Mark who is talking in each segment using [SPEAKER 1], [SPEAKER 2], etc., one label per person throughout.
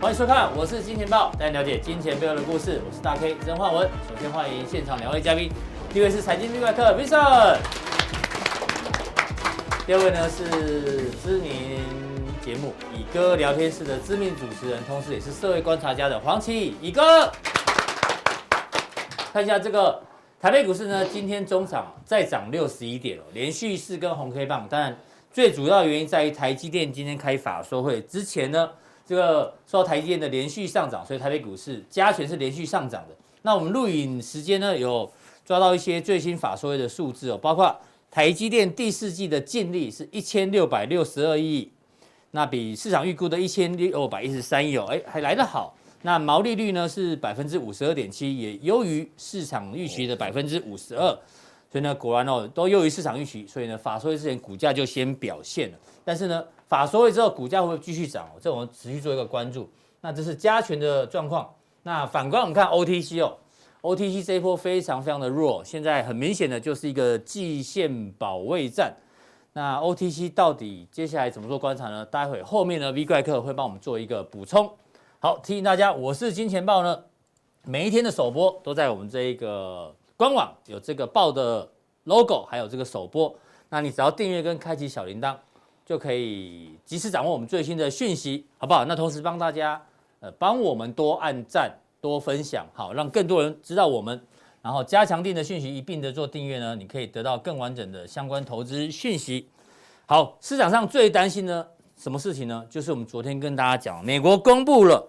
[SPEAKER 1] 欢迎收看，我是金钱豹，带你了解金钱背后的故事。我是大 K 曾焕文。首先欢迎现场两位嘉宾，第一位是财经律怪客 Vincent，第二位呢是知名节目《以哥聊天室》的知名主持人，同时也是社会观察家的黄奇以哥。看一下这个台北股市呢，今天中场再涨六十一点哦，连续四根红 K 棒。当然，最主要原因在于台积电今天开法说会之前呢，这个受到台积电的连续上涨，所以台北股市加权是连续上涨的。那我们录影时间呢，有抓到一些最新法说会的数字哦，包括台积电第四季的净利是一千六百六十二亿，那比市场预估的一千六百一十三亿哦，哎，还来得好。那毛利率呢是百分之五十二点七，也优于市场预期的百分之五十二，所以呢，果然哦都优于市场预期，所以呢，法说会之前股价就先表现了，但是呢，法说会之后股价会不会继续涨哦？这我们持续做一个关注。那这是加权的状况，那反观我们看 OTC 哦，OTC 这一波非常非常的弱，现在很明显的就是一个季线保卫战。那 OTC 到底接下来怎么做观察呢？待会后面呢 V 怪客会帮我们做一个补充。好，提醒大家，我是金钱豹呢，每一天的首播都在我们这一个官网有这个豹的 logo，还有这个首播。那你只要订阅跟开启小铃铛，就可以及时掌握我们最新的讯息，好不好？那同时帮大家，呃，帮我们多按赞、多分享，好，让更多人知道我们。然后加强定的讯息一并的做订阅呢，你可以得到更完整的相关投资讯息。好，市场上最担心呢什么事情呢？就是我们昨天跟大家讲，美国公布了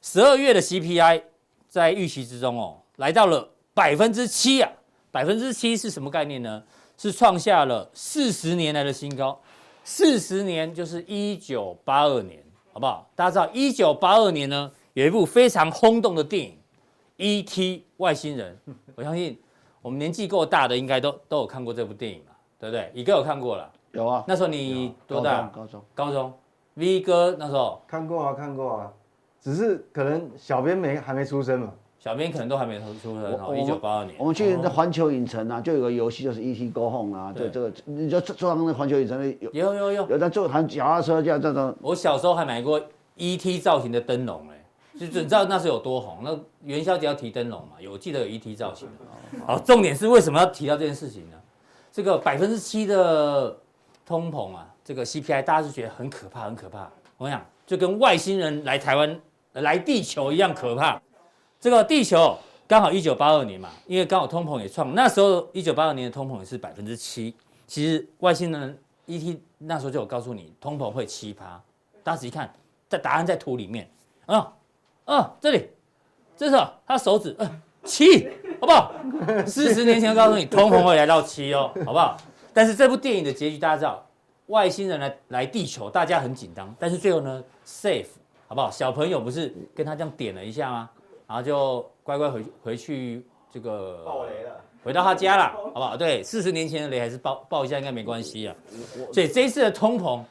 [SPEAKER 1] 十二月的 CPI，在预期之中哦，来到了百分之七啊，百分之七是什么概念呢？是创下了四十年来的新高。四十年就是一九八二年，好不好？大家知道一九八二年呢，有一部非常轰动的电影《E.T. 外星人》，我相信我们年纪够大的，应该都都有看过这部电影嘛，对不对？乙哥有看过了。
[SPEAKER 2] 有啊，
[SPEAKER 1] 那时候你多大？
[SPEAKER 2] 高中高中
[SPEAKER 1] 高中。V 哥那时候，
[SPEAKER 2] 看过啊，看过啊，只是可能小编没还没出生嘛。
[SPEAKER 1] 小编可能都还没出出生
[SPEAKER 3] 我
[SPEAKER 1] 哦，一九八二年
[SPEAKER 3] 我。们去那环球影城啊，就有个游戏就是 ET Go Home 啊，
[SPEAKER 1] 对
[SPEAKER 3] 对这个，你就坐上那环球影城的有
[SPEAKER 1] 有有有，
[SPEAKER 3] 有在坐含脚踏车这样这种，
[SPEAKER 1] 我小时候还买过 ET 造型的灯笼哎，就是你知道那时候有多红，那元宵节要提灯笼嘛，有我记得有 ET 造型的。好，重点是为什么要提到这件事情呢？这个百分之七的通膨啊，这个 CPI 大家是觉得很可怕，很可怕。我想就跟外星人来台湾、呃来地球一样可怕。这个地球刚好一九八二年嘛，因为刚好通膨也创那时候一九八二年的通膨也是百分之七。其实外星人 ET 那时候就有告诉你，通膨会七趴。当时一看，在答案在图里面，啊、嗯、啊、这里，这是什么他手指，嗯、七，好不 好？四十年前就告诉你，通膨会来到七哦，好不好？但是这部电影的结局大家知道，外星人来来地球，大家很紧张，但是最后呢，safe，好不好？小朋友不是跟他这样点了一下吗？然后就乖乖回去回去这个
[SPEAKER 2] 爆雷了，
[SPEAKER 1] 回到他家了，好不好？对，四十年前的雷还是爆爆一下应该没关系啊。所以这一次的通膨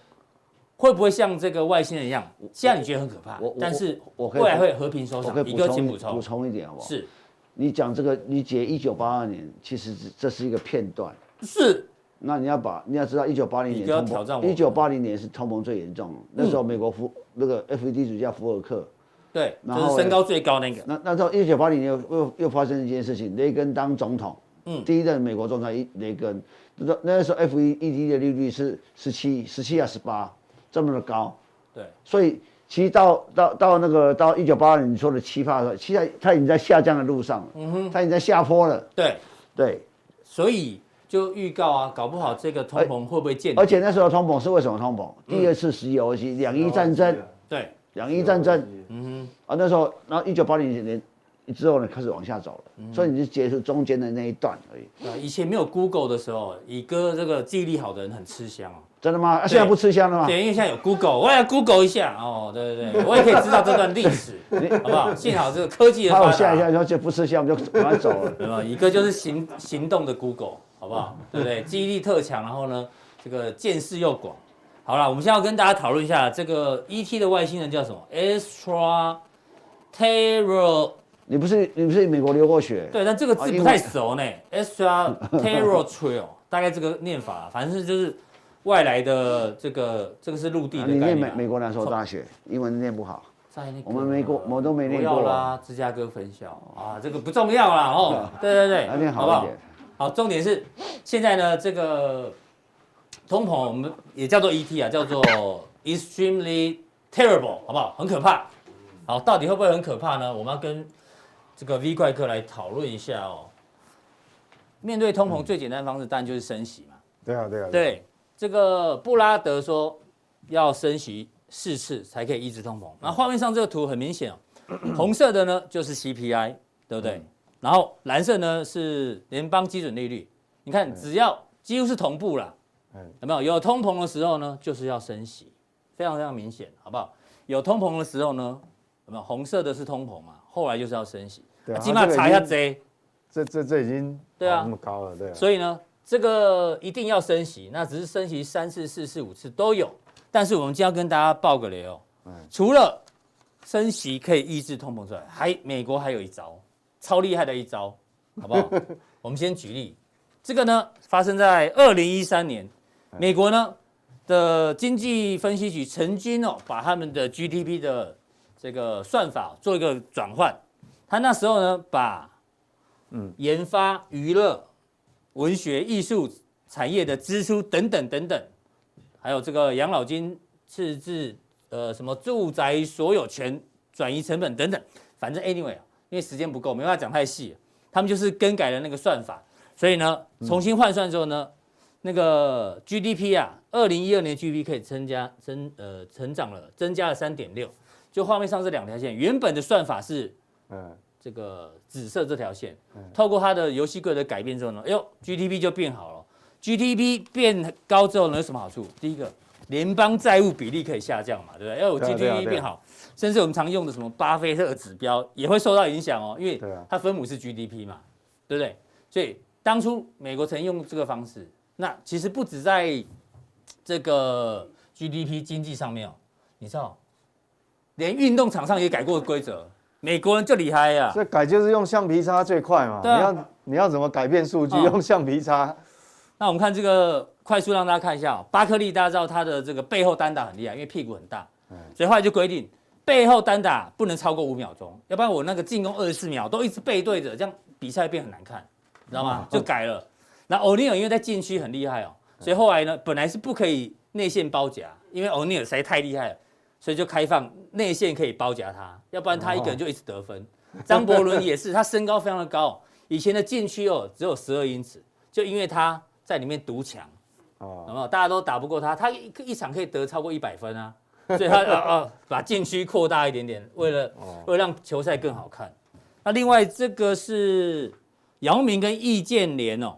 [SPEAKER 1] 会不会像这个外星人一样？现在你觉得很可怕
[SPEAKER 3] 我我，
[SPEAKER 1] 但是
[SPEAKER 3] 我可以
[SPEAKER 1] 未来会和平收
[SPEAKER 3] 我
[SPEAKER 1] 场
[SPEAKER 3] 可。以
[SPEAKER 1] 一
[SPEAKER 3] 补
[SPEAKER 1] 个请
[SPEAKER 3] 充
[SPEAKER 1] 补充
[SPEAKER 3] 补，充一点好不好？
[SPEAKER 1] 是
[SPEAKER 3] 你讲这个，你解一九八二年，其实这这是一个片段。
[SPEAKER 1] 是，
[SPEAKER 3] 那你要把你要知道，一九八零
[SPEAKER 1] 你
[SPEAKER 3] 年
[SPEAKER 1] 不要
[SPEAKER 3] 通
[SPEAKER 1] 挑战我
[SPEAKER 3] 膨，一九八零年是通膨最严重的，那时候美国福那个 FED 主席叫福尔克，
[SPEAKER 1] 对，
[SPEAKER 3] 然
[SPEAKER 1] 就是
[SPEAKER 3] 后
[SPEAKER 1] 身高最高那个，
[SPEAKER 3] 那那时候一九八零年又又又发生一件事情，雷根当总统，
[SPEAKER 1] 嗯
[SPEAKER 3] 第一任美国总统一雷根，那那时候 F E E D 的利率是十七十七啊十八这么的高，
[SPEAKER 1] 对，
[SPEAKER 3] 所以其实到到到那个到一九八二年你说的七趴的时候，现在它已经在下降的路上了，嗯哼，它已经在下坡了，
[SPEAKER 1] 对，
[SPEAKER 3] 对，
[SPEAKER 1] 所以就预告啊，搞不好这个通膨会不会见
[SPEAKER 3] 哎而
[SPEAKER 1] 底？
[SPEAKER 3] 且那时候通膨是为什么通膨？第二次石油危机，两伊战争，
[SPEAKER 2] 哦
[SPEAKER 1] 对，
[SPEAKER 3] 两伊战争，啊，那时候，然后一九八零年之后呢，开始往下走了，所以你就结束中间的那一段而已。
[SPEAKER 1] 对啊以前没有 Google 的时候，以哥这个记忆力好的人很吃香哦。
[SPEAKER 3] 真的吗？啊、现在不吃香了吗？
[SPEAKER 1] 对，因为现在有 Google，我也 Google 一下哦，对对对，我也可以知道这段历 史，好不好？幸好这个科技的
[SPEAKER 3] 怕
[SPEAKER 1] 发
[SPEAKER 3] 我吓一
[SPEAKER 1] 达
[SPEAKER 3] 下，，说就不吃香，我们就赶快走了。
[SPEAKER 1] 对吧？一个就是行行动的 Google，好不好？对不对？记忆力特强，然后呢，这个见识又广。好了，我们现在要跟大家讨论一下这个 ET 的外星人叫什么？Extra Terra，
[SPEAKER 3] 你不是你不是美国留过学？
[SPEAKER 1] 对，但这个
[SPEAKER 3] 啊
[SPEAKER 1] 字
[SPEAKER 3] 因为
[SPEAKER 1] 不太熟呢。Extra Terra Trail，大概这个念法，反正就是外来的这个，这个是陆地
[SPEAKER 3] 啊，
[SPEAKER 1] 的
[SPEAKER 3] 你
[SPEAKER 1] 概念
[SPEAKER 3] 念美
[SPEAKER 1] 啊。
[SPEAKER 3] 美国哪所大学？英文念不好，
[SPEAKER 1] 在那个
[SPEAKER 3] 我们没过我都没练
[SPEAKER 1] 不
[SPEAKER 3] 过
[SPEAKER 1] 要啦，芝加哥分校啊，这个不重要啦哦，对对对，
[SPEAKER 3] 来练
[SPEAKER 1] 不
[SPEAKER 3] 啊好一
[SPEAKER 1] 好
[SPEAKER 3] 点？。
[SPEAKER 1] 好，重点是现在呢，这个通膨我们也叫做 ET 啊，叫做 extremely terrible，好不好？很可怕。好，到底会不会很可怕呢？我们要跟这个 V 怪客来讨论一下哦。面对通膨最简单的方式，当然就是升息嘛。
[SPEAKER 4] 对啊，对啊，啊，
[SPEAKER 1] 对，这个布拉德说要升息四次才可以抑制通膨。那画面上这个图很明显哦，红色的呢就是 CPI，对不对？
[SPEAKER 4] 嗯
[SPEAKER 1] 然后蓝色呢是联邦基准利率。你看，只要几乎是同步啦，
[SPEAKER 4] 嗯
[SPEAKER 1] 有没有？有通膨的时候呢，就是要升息，非常非常明显，好不好？有通膨的时候呢，有没有？红色的是通膨嘛，后来就是要升息。
[SPEAKER 4] 对啊，
[SPEAKER 1] 起码
[SPEAKER 4] 它这个
[SPEAKER 1] 查一
[SPEAKER 4] 已
[SPEAKER 1] 下
[SPEAKER 4] 经
[SPEAKER 1] 这。
[SPEAKER 4] 这这这已经
[SPEAKER 1] 对啊
[SPEAKER 4] 跑那么高了，对啊，
[SPEAKER 1] 所以呢，这个一定要升息，那只是升息三次、四次、五次都有。但是我们今天要跟大家报个雷哦，
[SPEAKER 4] 嗯
[SPEAKER 1] 除了升息可以抑制通膨之外，还美国还有一招超厉害的一招，好 不好？我们先举例，这个呢发生在二零一三年，
[SPEAKER 4] 嗯
[SPEAKER 1] 美国呢的经济分析局曾经哦把他们的 GDP 的这个算法做一个转换，他那时候呢把嗯研发、娱乐、文学、艺术产业的支出等等等等，还有这个养老金赤字、呃什么住宅所有权转移成本等等，反正 anyway 啊，因为时间不够，没办法讲太细，啊他们就是更改了那个算法，所以呢，重新换算之后呢，那个 GDP 啊，二零一二年 GDP 可以增加增呃成长了，增加了三点六，就画面上这两条线，原本的算法是
[SPEAKER 4] 嗯，
[SPEAKER 1] 这个紫色这条线，透过它的游戏规则改变之后呢，哎呦，GDP 就变好了。GDP 变高之后呢，有什么好处？第一个，联邦债务比例可以下降嘛，对不对？哎，我
[SPEAKER 4] 对啊对啊
[SPEAKER 1] GDP
[SPEAKER 4] 对啊
[SPEAKER 1] 变好，甚至我们常用的什么巴菲特指标也会受到影响哦，因为
[SPEAKER 4] 对啊
[SPEAKER 1] 它分母是 GDP 嘛，对不对？所以当初美国曾用这个方式，那其实不止在这个 GDP 经济上面哦，你知道，连运动场上也改过规则，美国人就厉害啊呀、
[SPEAKER 2] 这改就是用橡皮擦最快嘛。
[SPEAKER 1] 对啊
[SPEAKER 2] 你要你要怎么改变数据？
[SPEAKER 1] 嗯
[SPEAKER 2] 用橡皮擦。
[SPEAKER 1] 那我们看这个快速让大家看一下、哦，巴克利大家知道他的这个背后单打很厉害，因为屁股很大，所以后来就规定背后单打不能超过五秒钟，要不然我那个进攻二十四秒都一直背对着，这样比赛变很难看，你知道吗？就改了。那欧尼尔因为在禁区很厉害哦，所以后来呢，本来是不可以内线包夹，因为欧尼尔实在太厉害了，所以就开放内线可以包夹他，要不然他一个人就一直得分。张伯伦也是，他身高非常的高，以前的禁区哦只有十二英尺，就因为他在里面独强，
[SPEAKER 4] 哦，
[SPEAKER 1] 有没有？大家都打不过他，他一一场可以得超过一百分啊，所以他啊啊把禁区扩大一点点，为了为了让球赛更好看。那另外这个是姚明跟易建联哦，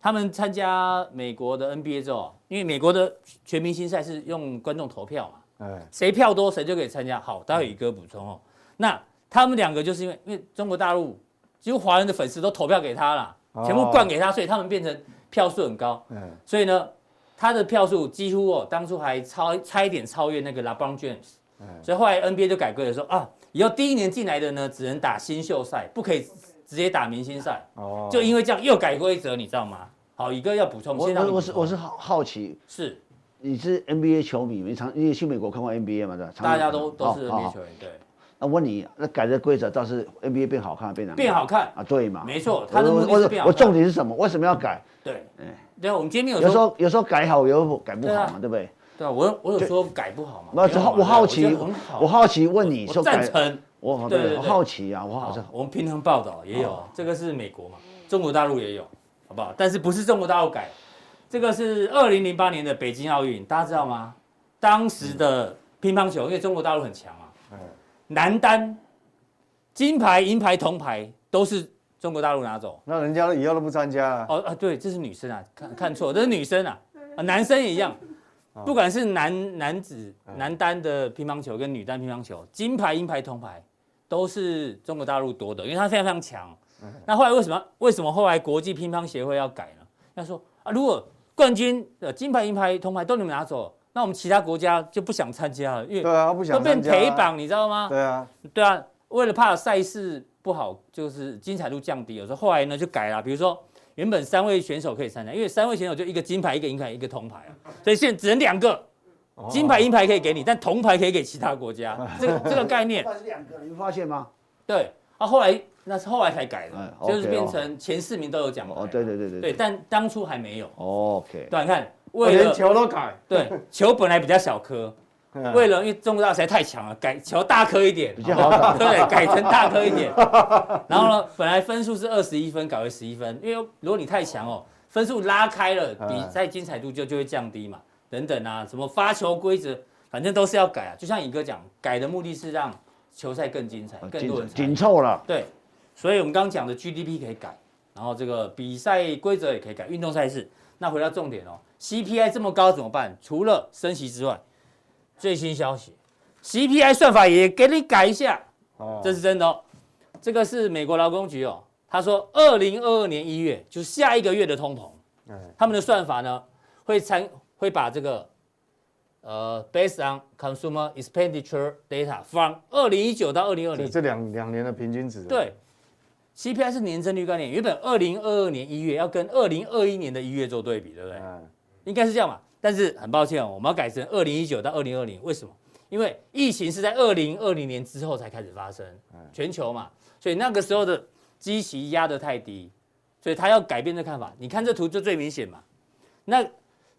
[SPEAKER 1] 他们参加美国的 NBA 之后啊，因为美国的全明星赛是用观众投票嘛，
[SPEAKER 4] 哎，
[SPEAKER 1] 谁票多谁就可以参加。好，待会宇哥补充哦。那他们两个就是因为因为中国大陆几乎华人的粉丝都投票给他啦，
[SPEAKER 4] 哦
[SPEAKER 1] 全部灌给他，所以他们变成票数很高。
[SPEAKER 4] 嗯，
[SPEAKER 1] 所以呢，他的票数几乎哦，当初还超差一点超越那个 LeBron James，、所以
[SPEAKER 3] 嗯
[SPEAKER 1] 后来 NBA 就改规则说啊，以后第一年进来的呢，只能打新秀赛，不可以直接打明星赛，
[SPEAKER 4] 哦，
[SPEAKER 1] 就因为这样又改规则，你知道吗？好，宇哥要补充，
[SPEAKER 3] 我
[SPEAKER 1] 先让你
[SPEAKER 3] 我
[SPEAKER 1] 补
[SPEAKER 3] 我是
[SPEAKER 1] 充
[SPEAKER 3] 我是好好奇，
[SPEAKER 1] 是
[SPEAKER 3] 你是 NBA 球迷，没常你也去美国看过 NBA 嘛？对吧？常
[SPEAKER 1] 大家都都是
[SPEAKER 3] 好好
[SPEAKER 1] NBA 球员，对，
[SPEAKER 3] 那问你，那改的规则倒是 NBA 变好看变难看
[SPEAKER 1] 变好看，
[SPEAKER 3] 啊？对嘛？
[SPEAKER 1] 没错，
[SPEAKER 3] 我
[SPEAKER 1] 他的目的是变好
[SPEAKER 3] 我我
[SPEAKER 1] 看，
[SPEAKER 3] 重点是什么？为什么要改？
[SPEAKER 1] 对，对啊，我们今天没
[SPEAKER 3] 哎有
[SPEAKER 1] 有
[SPEAKER 3] 时
[SPEAKER 1] 说，
[SPEAKER 3] 候有时候改好，有时候改不好
[SPEAKER 1] 对啊
[SPEAKER 3] 嘛，对不对？
[SPEAKER 1] 对啊，我有我有说改不好嘛，
[SPEAKER 3] 那只好
[SPEAKER 1] 没有嘛
[SPEAKER 3] 我好
[SPEAKER 1] 对
[SPEAKER 3] 奇
[SPEAKER 1] 我觉得很好，，
[SPEAKER 3] 我好奇问你
[SPEAKER 1] 我
[SPEAKER 3] 说
[SPEAKER 1] 赞
[SPEAKER 3] 改，
[SPEAKER 1] 成。
[SPEAKER 3] 我
[SPEAKER 1] 对对对
[SPEAKER 3] 对我好奇啊，我好哦像
[SPEAKER 1] 好，我们平衡报道也有，这个是美国嘛，中国大陆也有，好不好？但是不是中国大陆改，这个是二零零八年的北京奥运，大家知道吗？当时的乒乓球，因为中国大陆很强嘛，
[SPEAKER 4] 嗯
[SPEAKER 1] 男单金牌、银牌、铜牌都是中国大陆拿走。
[SPEAKER 2] 那人家以后都不参加了。
[SPEAKER 1] 哦啊，对，这是女生啊，看看错，这是女生啊，啊男生也一样，
[SPEAKER 2] 哦
[SPEAKER 1] 不管是男男子
[SPEAKER 2] 嗯
[SPEAKER 1] 男单的乒乓球跟女单乒乓球，金牌、银牌、铜牌都是中国大陆夺得，因为它非常非常强。
[SPEAKER 2] 嗯
[SPEAKER 1] 那后来为什么为什么后来国际乒乓协会要改呢？他说啊，如果冠军呃金牌、银牌、铜牌都你们拿走，那我们其他国家就不想参加了，因
[SPEAKER 2] 对
[SPEAKER 1] 为
[SPEAKER 2] 啊，他不
[SPEAKER 1] 都
[SPEAKER 2] 想
[SPEAKER 1] 变
[SPEAKER 2] 参加啊。
[SPEAKER 1] 陪绑，你知道吗？
[SPEAKER 2] 对啊，
[SPEAKER 1] 对啊，为了怕赛事不好，就是精彩度降低，有时候后来呢就改了，比如说原本三位选手可以参加，因为三位选手就一个金牌、一个银牌、一个铜牌啊，所以现在只能两个，
[SPEAKER 3] 哦
[SPEAKER 1] 金牌银牌可以给你，但铜牌可以给其他国 家，这个这个概念。
[SPEAKER 3] 但是两个，你们发现吗？
[SPEAKER 1] 对，啊，后来那是后来才改的
[SPEAKER 3] 哎，
[SPEAKER 1] 就是
[SPEAKER 3] ，OK
[SPEAKER 1] 变
[SPEAKER 3] 哦
[SPEAKER 1] 成前四名都有奖牌。
[SPEAKER 3] 哦，对对对对
[SPEAKER 1] 对，但当初还没有。
[SPEAKER 3] ，OK，
[SPEAKER 1] 对，你看
[SPEAKER 2] 我
[SPEAKER 1] 为
[SPEAKER 2] 连
[SPEAKER 1] 了
[SPEAKER 2] 球都改，
[SPEAKER 1] 对球本来比较小颗，
[SPEAKER 4] 嗯
[SPEAKER 1] 为了因为中国大陆实在太强了，改球大颗一点
[SPEAKER 3] 比。较好打。
[SPEAKER 1] 对，改成大颗一点。然后呢，本来分数是二十一分，改为十一分，因为如果你太强哦，分数拉开了，
[SPEAKER 4] 嗯
[SPEAKER 1] 比赛精彩度就就会降低嘛。等等啊，什么发球规则，反正都是要改啊。就像乙哥讲，改的目的是让球赛更精彩，更多人参
[SPEAKER 3] 紧
[SPEAKER 1] 与
[SPEAKER 3] 紧凑了，
[SPEAKER 1] 对，所以我们刚刚讲的 GDP 可以改，然后这个比赛规则也可以改，运动赛事。那回到重点哦，CPI 这么高怎么办？除了升息之外，最新消息，CPI 算法也给你改一下，
[SPEAKER 4] 哦
[SPEAKER 1] 这是真的哦。这个是美国劳工局哦，他说二零二二年一月就是下一个月的通膨，
[SPEAKER 4] 哎
[SPEAKER 1] 他们的算法呢会参会把这个呃 based on consumer expenditure data from 二零一九到二零二
[SPEAKER 4] 这
[SPEAKER 1] 零
[SPEAKER 4] 这两两年的平均
[SPEAKER 2] 啊
[SPEAKER 4] 值，
[SPEAKER 1] 对，CPI 是年增率概念，原本二零二二年一月要跟二零二一年的一月做对比，对不对？
[SPEAKER 4] 嗯，
[SPEAKER 1] 应该是这样嘛。但是很抱歉哦，我们要改成二零一九到二零二零，为什么？因为疫情是在二零二零年之后才开始发生，
[SPEAKER 4] 嗯
[SPEAKER 1] 全球嘛，所以那个时候的基期压得太低，所以他要改变这看法。你看这图就最明显嘛，那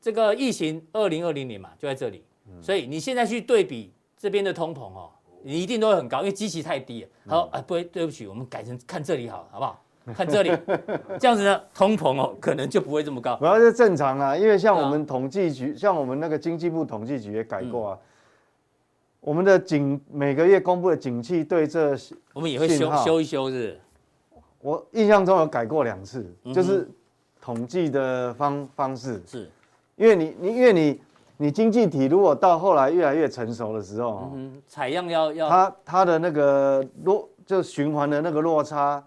[SPEAKER 1] 这个疫情二零二零年嘛就在这里，
[SPEAKER 4] 嗯
[SPEAKER 1] 所以你现在去对比这边的通膨哦，你一定都会很高，因为基期太低了。
[SPEAKER 4] 嗯
[SPEAKER 1] 好，啊、不会，对不起，我们改成看这里好了，好不好？看这里， 这样子呢，通膨哦可能就不会这么高。
[SPEAKER 4] 不要是正常啊，因为像
[SPEAKER 1] 对啊
[SPEAKER 4] 我们统计局，像我们那个经济部统计局也改过啊，
[SPEAKER 1] 嗯
[SPEAKER 4] 我们的景每个月公布的景气对这，
[SPEAKER 1] 我们也会修
[SPEAKER 4] 信号
[SPEAKER 1] 修一修，是不是？
[SPEAKER 4] 我印象中有改过两次，
[SPEAKER 1] 嗯哼
[SPEAKER 4] 就是统计的方方式，
[SPEAKER 1] 是，
[SPEAKER 4] 因为你你因为你你经济体如果到后来越来越成熟的时候哦，
[SPEAKER 1] 嗯，采样要要，
[SPEAKER 4] 它它的那个落就循环的那个落差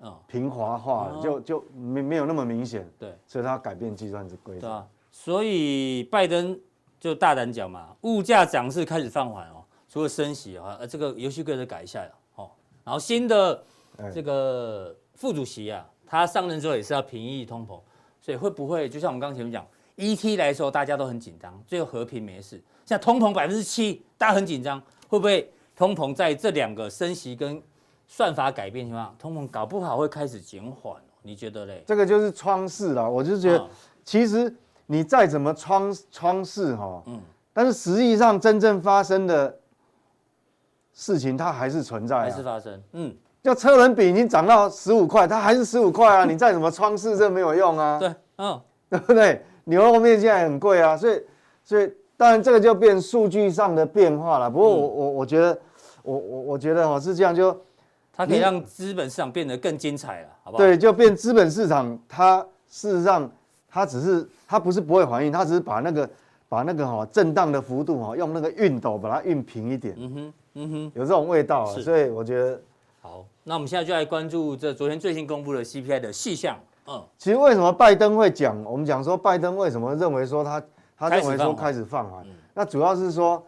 [SPEAKER 1] 嗯，
[SPEAKER 4] 平滑化了，
[SPEAKER 1] 哦
[SPEAKER 4] 就就没没有那么明显，
[SPEAKER 1] 对，
[SPEAKER 4] 所以它改变计算之规
[SPEAKER 1] 对
[SPEAKER 4] 则。
[SPEAKER 1] 啊，所以拜登就大胆讲嘛，物价涨势开始放缓哦，除了升息啊，呃，这个游戏规则改一下哦，然后新的
[SPEAKER 4] 哎
[SPEAKER 1] 这个副主席啊，他上任之后也是要平抑通膨，所以会不会就像我们刚前面讲，ET 来的时候大家都很紧张，最后和平没事，像通膨百分之七，大家很紧张，会不会通膨在这两个升息跟算法改变情况下，通膨搞不好会开始减缓哦，你觉得嘞？
[SPEAKER 4] 这个就是窗式啦，我就觉得
[SPEAKER 1] 啊
[SPEAKER 4] 其实你再怎么窗窗式哈，
[SPEAKER 1] 嗯
[SPEAKER 4] 但是实际上真正发生的事情它还是存在、
[SPEAKER 1] 还是
[SPEAKER 4] 啊。
[SPEAKER 1] 发生，嗯，
[SPEAKER 4] 就车轮比已经涨到十五块，它还是十五块 啊，你再怎么窗式这没有用啊，
[SPEAKER 1] 对，嗯，
[SPEAKER 4] 对不对？牛肉面现在很贵啊，所以所以当然这个就变数据上的变化了。不过
[SPEAKER 1] 嗯
[SPEAKER 4] 我、我我觉得我我我觉得哈哦是这样就。
[SPEAKER 1] 它可以
[SPEAKER 4] 你
[SPEAKER 1] 让资本市场变得更精彩了，好不好？
[SPEAKER 4] 对，就变资本市场，它事实上它只是它不是不会反应，它只是把那个把那个哈、震荡的幅度哈、用那个熨斗把它熨平一点，
[SPEAKER 1] 嗯哼，嗯哼，
[SPEAKER 4] 有这种味道、啊，
[SPEAKER 1] 是
[SPEAKER 4] 所以我觉得
[SPEAKER 1] 好，那我们现在就来关注这昨天最新公布的 CPI 的细项，嗯，
[SPEAKER 4] 其实为什么拜登会讲，我们讲说拜登为什么认为说他他
[SPEAKER 1] 开始
[SPEAKER 4] 认为说
[SPEAKER 1] 放缓嗯
[SPEAKER 4] 开始放缓，那主要是说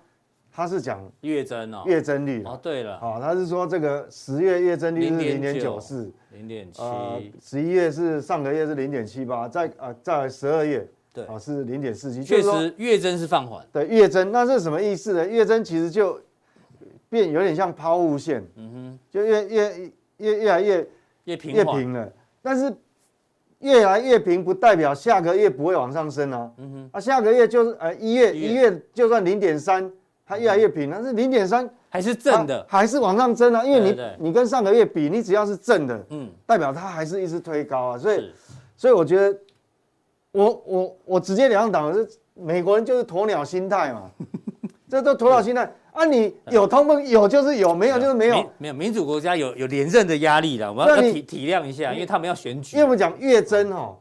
[SPEAKER 4] 他是讲
[SPEAKER 1] 月增哦，
[SPEAKER 4] 月增率
[SPEAKER 1] 哦
[SPEAKER 4] 了，，
[SPEAKER 1] 对了，
[SPEAKER 4] 好、他是说这个十月月增率是零点九四
[SPEAKER 1] 0.94。零点七，
[SPEAKER 4] 呃，十一月是上个月是零点七八，在呃在十二月，
[SPEAKER 1] 对
[SPEAKER 4] 啊是零点四七，
[SPEAKER 1] 确
[SPEAKER 4] 就是说
[SPEAKER 1] 实月增是放缓，
[SPEAKER 4] 对，月增，那是什么意思呢？月增其实就变有点像抛物线，嗯哼，就越越越越来越
[SPEAKER 1] 越平
[SPEAKER 4] 越
[SPEAKER 1] 缓，
[SPEAKER 4] 平了，但是越来越平不代表下个月不会往上升啊，嗯哼，啊下个月就是呃一月
[SPEAKER 1] 一
[SPEAKER 4] 一
[SPEAKER 1] 月
[SPEAKER 4] 月就算零点三，它越来越平，但是零点三
[SPEAKER 1] 还是正的，
[SPEAKER 4] 还是往上升啊，因为
[SPEAKER 1] 对
[SPEAKER 4] 你
[SPEAKER 1] 对
[SPEAKER 4] 你跟上个月比，你只要是正的，
[SPEAKER 1] 嗯，
[SPEAKER 4] 代表它还是一直推高啊，所以
[SPEAKER 1] 是，
[SPEAKER 4] 所以我觉得我我我直截了当讲，是美国人就是鸵鸟心态 嘛，这都鸵鸟心态啊！你有通膨有就是有，没有就是没有。
[SPEAKER 1] 民啊没有民主国家有有连任的压力了，我们要
[SPEAKER 4] 那
[SPEAKER 1] 要
[SPEAKER 4] 你
[SPEAKER 1] 体体谅一下，因为他们要选举，
[SPEAKER 4] 因为我们讲月增哦，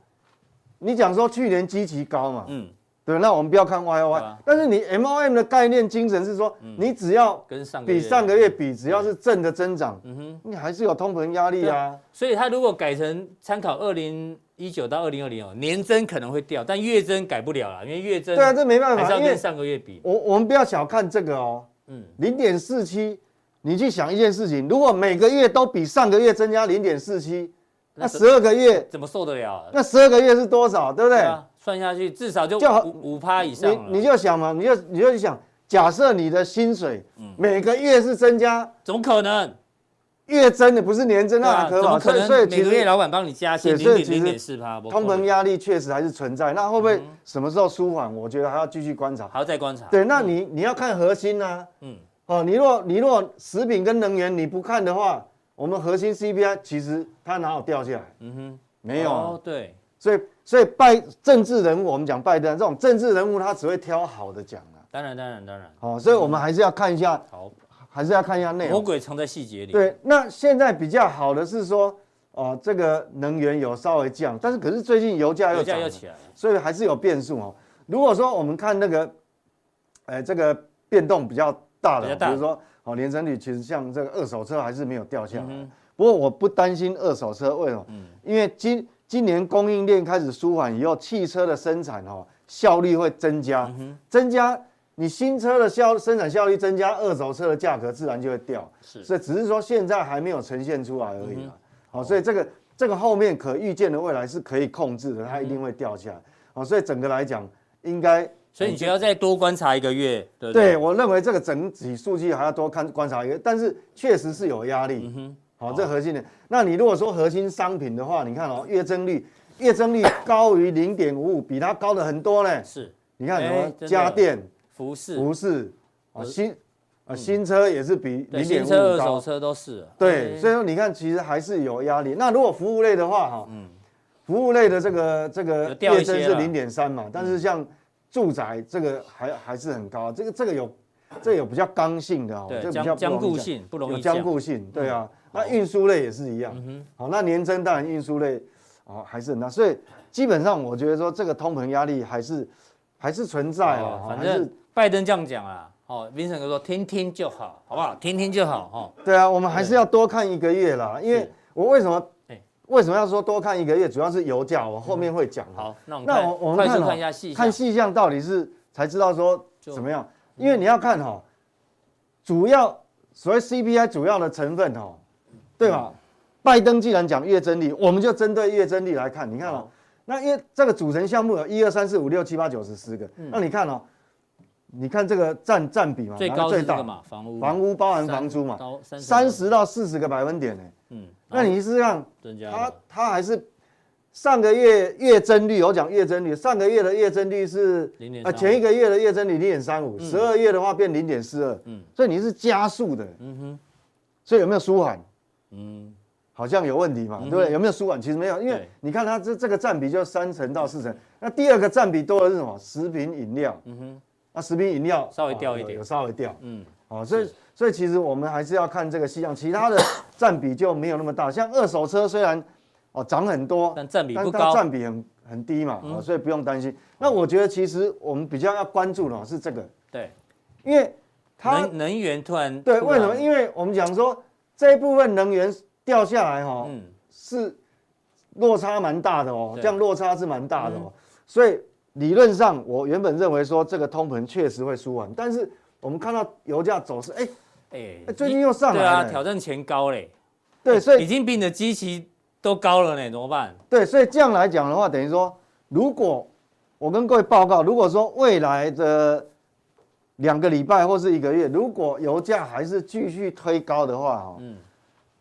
[SPEAKER 4] 你讲说去年基期高嘛，
[SPEAKER 1] 嗯，
[SPEAKER 4] 对，那我们不要看 Y
[SPEAKER 1] 对
[SPEAKER 4] O Y，
[SPEAKER 1] 啊
[SPEAKER 4] 但是你 M O M 的概念精神是说，你只要
[SPEAKER 1] 跟上个
[SPEAKER 4] 比
[SPEAKER 1] 月
[SPEAKER 4] 上个月比，只要是正的增长，
[SPEAKER 1] 嗯哼。
[SPEAKER 4] 你还是有通膨压力啊。
[SPEAKER 1] 所以它如果改成参考二零一九到二零二零哦，年增可能会掉，但月增改不了了，因为月增
[SPEAKER 4] 对啊，这没办
[SPEAKER 1] 还是
[SPEAKER 4] 法，
[SPEAKER 1] 要
[SPEAKER 4] 因为
[SPEAKER 1] 跟上个月比。
[SPEAKER 4] 我我们不要小看这个哦，
[SPEAKER 1] 嗯，
[SPEAKER 4] 零点四七，你去想一件事情，如果每个月都比上个月增加零点四七，那
[SPEAKER 1] 那是
[SPEAKER 4] 十二个月，
[SPEAKER 1] 怎么受得了啊？
[SPEAKER 4] 那十二个月是多少，对不对？
[SPEAKER 1] 对啊啊算下去至少就
[SPEAKER 4] 就好
[SPEAKER 1] 五五趴以上了
[SPEAKER 4] 你你就想嘛，你就你就去想，假设你的薪水
[SPEAKER 1] 嗯
[SPEAKER 4] 每个月是增加，
[SPEAKER 1] 怎么可能？
[SPEAKER 4] 月增的不是年增，
[SPEAKER 1] 对啊
[SPEAKER 4] 那哪可
[SPEAKER 1] 怎么
[SPEAKER 4] 保？
[SPEAKER 1] 可
[SPEAKER 4] 所以所以
[SPEAKER 1] 能每
[SPEAKER 4] 其
[SPEAKER 1] 个月
[SPEAKER 4] 实
[SPEAKER 1] 老板帮你加薪
[SPEAKER 4] 对
[SPEAKER 1] 零
[SPEAKER 4] 所以
[SPEAKER 1] 点
[SPEAKER 4] 其实
[SPEAKER 1] 零点四趴？不可
[SPEAKER 4] 通
[SPEAKER 1] 能
[SPEAKER 4] 膨压力确实还是存在。那会不会什么时候舒缓？我觉得还要继续观察。
[SPEAKER 1] 还要再观察。
[SPEAKER 4] 对，那你你要看核心啊。
[SPEAKER 1] 嗯
[SPEAKER 4] 嗯。哦，你若你若食品跟能源你不看的话，我们核心 CPI 其实它哪有掉下来？嗯哼，没有啊。
[SPEAKER 1] 哦，对，
[SPEAKER 4] 所以所以拜政治人物，我们讲拜登这种政治人物，他只会挑好的讲啊。
[SPEAKER 1] 当然当然当然，
[SPEAKER 4] 哦，所以我们还是要看一下，
[SPEAKER 1] 好，
[SPEAKER 4] 还是要看一下内
[SPEAKER 1] 魔
[SPEAKER 4] 容。
[SPEAKER 1] 鬼藏在细节里。，
[SPEAKER 4] 对，那现在比较好的是说，哦，这个能源有稍微降，但是可是最近油价又
[SPEAKER 1] 油价
[SPEAKER 4] 涨
[SPEAKER 1] 又
[SPEAKER 4] 了，
[SPEAKER 1] 起来了。
[SPEAKER 4] 所以还是有变数哦。如果说我们看那个，哎、这个变动比较大
[SPEAKER 1] 比
[SPEAKER 4] 的
[SPEAKER 1] 较
[SPEAKER 4] 哦，
[SPEAKER 1] 大
[SPEAKER 4] 比如说哦，年增率其实像这个二手车还是没有掉下来。
[SPEAKER 1] 嗯
[SPEAKER 4] 不过我不担心二手车，为什么？因为今今年供应链开始舒缓以后，汽车的生产哦效率会增加，
[SPEAKER 1] 嗯
[SPEAKER 4] 增加你新车的效生产效率增加，二手车的价格自然就会掉。
[SPEAKER 1] 是嗯
[SPEAKER 4] 所以只是说现在还没有呈现出来而已啦。好、所以这
[SPEAKER 1] 哦
[SPEAKER 4] 个这个后面可预见的未来是可以控制的，它一定会掉
[SPEAKER 1] 嗯
[SPEAKER 4] 下来。好、所以整个来讲，应该
[SPEAKER 1] 所以你觉得要再多观察一个月，对不
[SPEAKER 4] 对
[SPEAKER 1] 对？
[SPEAKER 4] 我认为这个整体数据还要多看观察一个，但是确实是有压
[SPEAKER 1] 嗯
[SPEAKER 4] 力。好、
[SPEAKER 1] 哦
[SPEAKER 4] 这核心的。那你如果说核心商品的话，你看哦，月增率月增率高于零点五五，比它高的很多呢。
[SPEAKER 1] 是
[SPEAKER 4] 你看什
[SPEAKER 1] 哎真
[SPEAKER 4] 么
[SPEAKER 1] 的
[SPEAKER 4] 家电、
[SPEAKER 1] 服饰，
[SPEAKER 4] 服饰、啊新啊新车也是比
[SPEAKER 1] 嗯对，
[SPEAKER 4] 零
[SPEAKER 1] 新
[SPEAKER 4] 点五
[SPEAKER 1] 车、二
[SPEAKER 4] 五高
[SPEAKER 1] 手。车都是啊。
[SPEAKER 4] 对，
[SPEAKER 1] 哎
[SPEAKER 4] 所以说你看，其实还是有压力。那如果服务类的话，哈，服务类的这个这
[SPEAKER 1] 嗯有
[SPEAKER 4] 个
[SPEAKER 1] 掉一
[SPEAKER 4] 月
[SPEAKER 1] 些
[SPEAKER 4] 增是
[SPEAKER 1] 啦嗯
[SPEAKER 4] 零点三嘛，但是像住宅这个还还是很高，这个这个有这个有比较刚性的哦，
[SPEAKER 1] 对
[SPEAKER 4] 这个比
[SPEAKER 1] 僵
[SPEAKER 4] 较不
[SPEAKER 1] 僵
[SPEAKER 4] 容易
[SPEAKER 1] 固
[SPEAKER 4] 讲
[SPEAKER 1] 性不容易
[SPEAKER 4] 有僵
[SPEAKER 1] 讲嗯
[SPEAKER 4] 固性，对啊。那运输类也是一样，好，那年增当然运输类哦还是很大，所以基本上我觉得说这个通膨压力还是还是存在啊
[SPEAKER 1] 哦，
[SPEAKER 4] 哦
[SPEAKER 1] 反
[SPEAKER 4] 还是
[SPEAKER 1] 正拜登这样讲啊，哦，Vincent 哥说听听就好，好不好？听听就好，哦，
[SPEAKER 4] 对啊，我们还是要多看一个月啦，因为
[SPEAKER 1] 是
[SPEAKER 4] 我为什么
[SPEAKER 1] 哎嗯
[SPEAKER 4] 为什么要说多看一个月？主要是油价，我后面会讲。
[SPEAKER 1] 好，，那我们
[SPEAKER 4] 嗯那
[SPEAKER 1] 看
[SPEAKER 4] 我我
[SPEAKER 1] 快
[SPEAKER 4] 们看
[SPEAKER 1] 速
[SPEAKER 4] 哦
[SPEAKER 1] 看一下细项
[SPEAKER 4] 看细项到底是才知道说
[SPEAKER 1] 就
[SPEAKER 4] 怎么样，因为你要看哈，主要所谓 CPI 主要的成分哦，对吧？
[SPEAKER 1] 嗯
[SPEAKER 4] 拜登既然讲月增率，我们就针对月增率来看，你看哦
[SPEAKER 1] 好，
[SPEAKER 4] 那因为这个组成项目有一二三四五六七八九十十个，那你看哦，你看这个占占比
[SPEAKER 1] 嗯
[SPEAKER 4] 嘛，
[SPEAKER 1] 最
[SPEAKER 4] 哪
[SPEAKER 1] 高
[SPEAKER 4] 最
[SPEAKER 1] 是这
[SPEAKER 4] 大
[SPEAKER 1] 个嘛，房屋
[SPEAKER 4] 房屋包含
[SPEAKER 1] 三
[SPEAKER 4] 房租嘛，
[SPEAKER 1] 到三
[SPEAKER 4] 三十，到四十个百分点呢、
[SPEAKER 1] 嗯，
[SPEAKER 4] 那
[SPEAKER 1] 好
[SPEAKER 4] 你是让
[SPEAKER 1] 增加
[SPEAKER 4] 它
[SPEAKER 1] 了
[SPEAKER 4] 它还是上个月月增率，我讲月增率，上个月的月增率是
[SPEAKER 1] 0.35
[SPEAKER 4] 呃前一个月的月增率零点三五，十二月的话变零点四二，
[SPEAKER 1] 嗯
[SPEAKER 4] 嗯，所以你是加速的，嗯哼，所以有没有舒缓？
[SPEAKER 1] 嗯，
[SPEAKER 4] 好像有问题嘛，对不对？有没有舒缓？其实没有，因
[SPEAKER 1] 对
[SPEAKER 4] 为你看它这这个占比就三成到四成，那第二个占比多的是什么？食品饮料，嗯哼，那食品饮料
[SPEAKER 1] 稍微
[SPEAKER 4] 哦
[SPEAKER 1] 掉一
[SPEAKER 4] 有
[SPEAKER 1] 点
[SPEAKER 4] 有稍微掉，
[SPEAKER 1] 嗯
[SPEAKER 4] 嗯，哦，所以所以其实我们还是要看这个细项，其他的占比就没有那么大。像二手车虽然哦涨很多，
[SPEAKER 1] 但占比不
[SPEAKER 4] 但它
[SPEAKER 1] 高嗯
[SPEAKER 4] 占比很很低嘛，哦，所以不用担心。那我觉得其实我们比较要关注的哦是这个，
[SPEAKER 1] 对，
[SPEAKER 4] 因为它
[SPEAKER 1] 能能源突然
[SPEAKER 4] 对
[SPEAKER 1] 突
[SPEAKER 4] 为什
[SPEAKER 1] 然
[SPEAKER 4] 么？因为我们讲说这一部分能源掉下来哦哈，
[SPEAKER 1] 嗯
[SPEAKER 4] 是落差蛮大的哦，
[SPEAKER 1] 对嗯
[SPEAKER 4] 这样落差是蛮大的哦，所以理论上我原本认为说这个通膨确实会舒缓，但是我们看到油价走势，哎、
[SPEAKER 1] 哎
[SPEAKER 4] 哎最近又上来
[SPEAKER 1] 对啊，
[SPEAKER 4] 了
[SPEAKER 1] 挑战前高嘞，
[SPEAKER 4] 对，所
[SPEAKER 1] 哎已
[SPEAKER 4] 以
[SPEAKER 1] 经比你的基期都高了呢，怎么办？
[SPEAKER 4] 对，所以这样来讲的话，等于说，如果我跟各位报告，如果说未来的两个礼拜或是一个月，如果油价还是继续推高的话，哈，
[SPEAKER 1] 嗯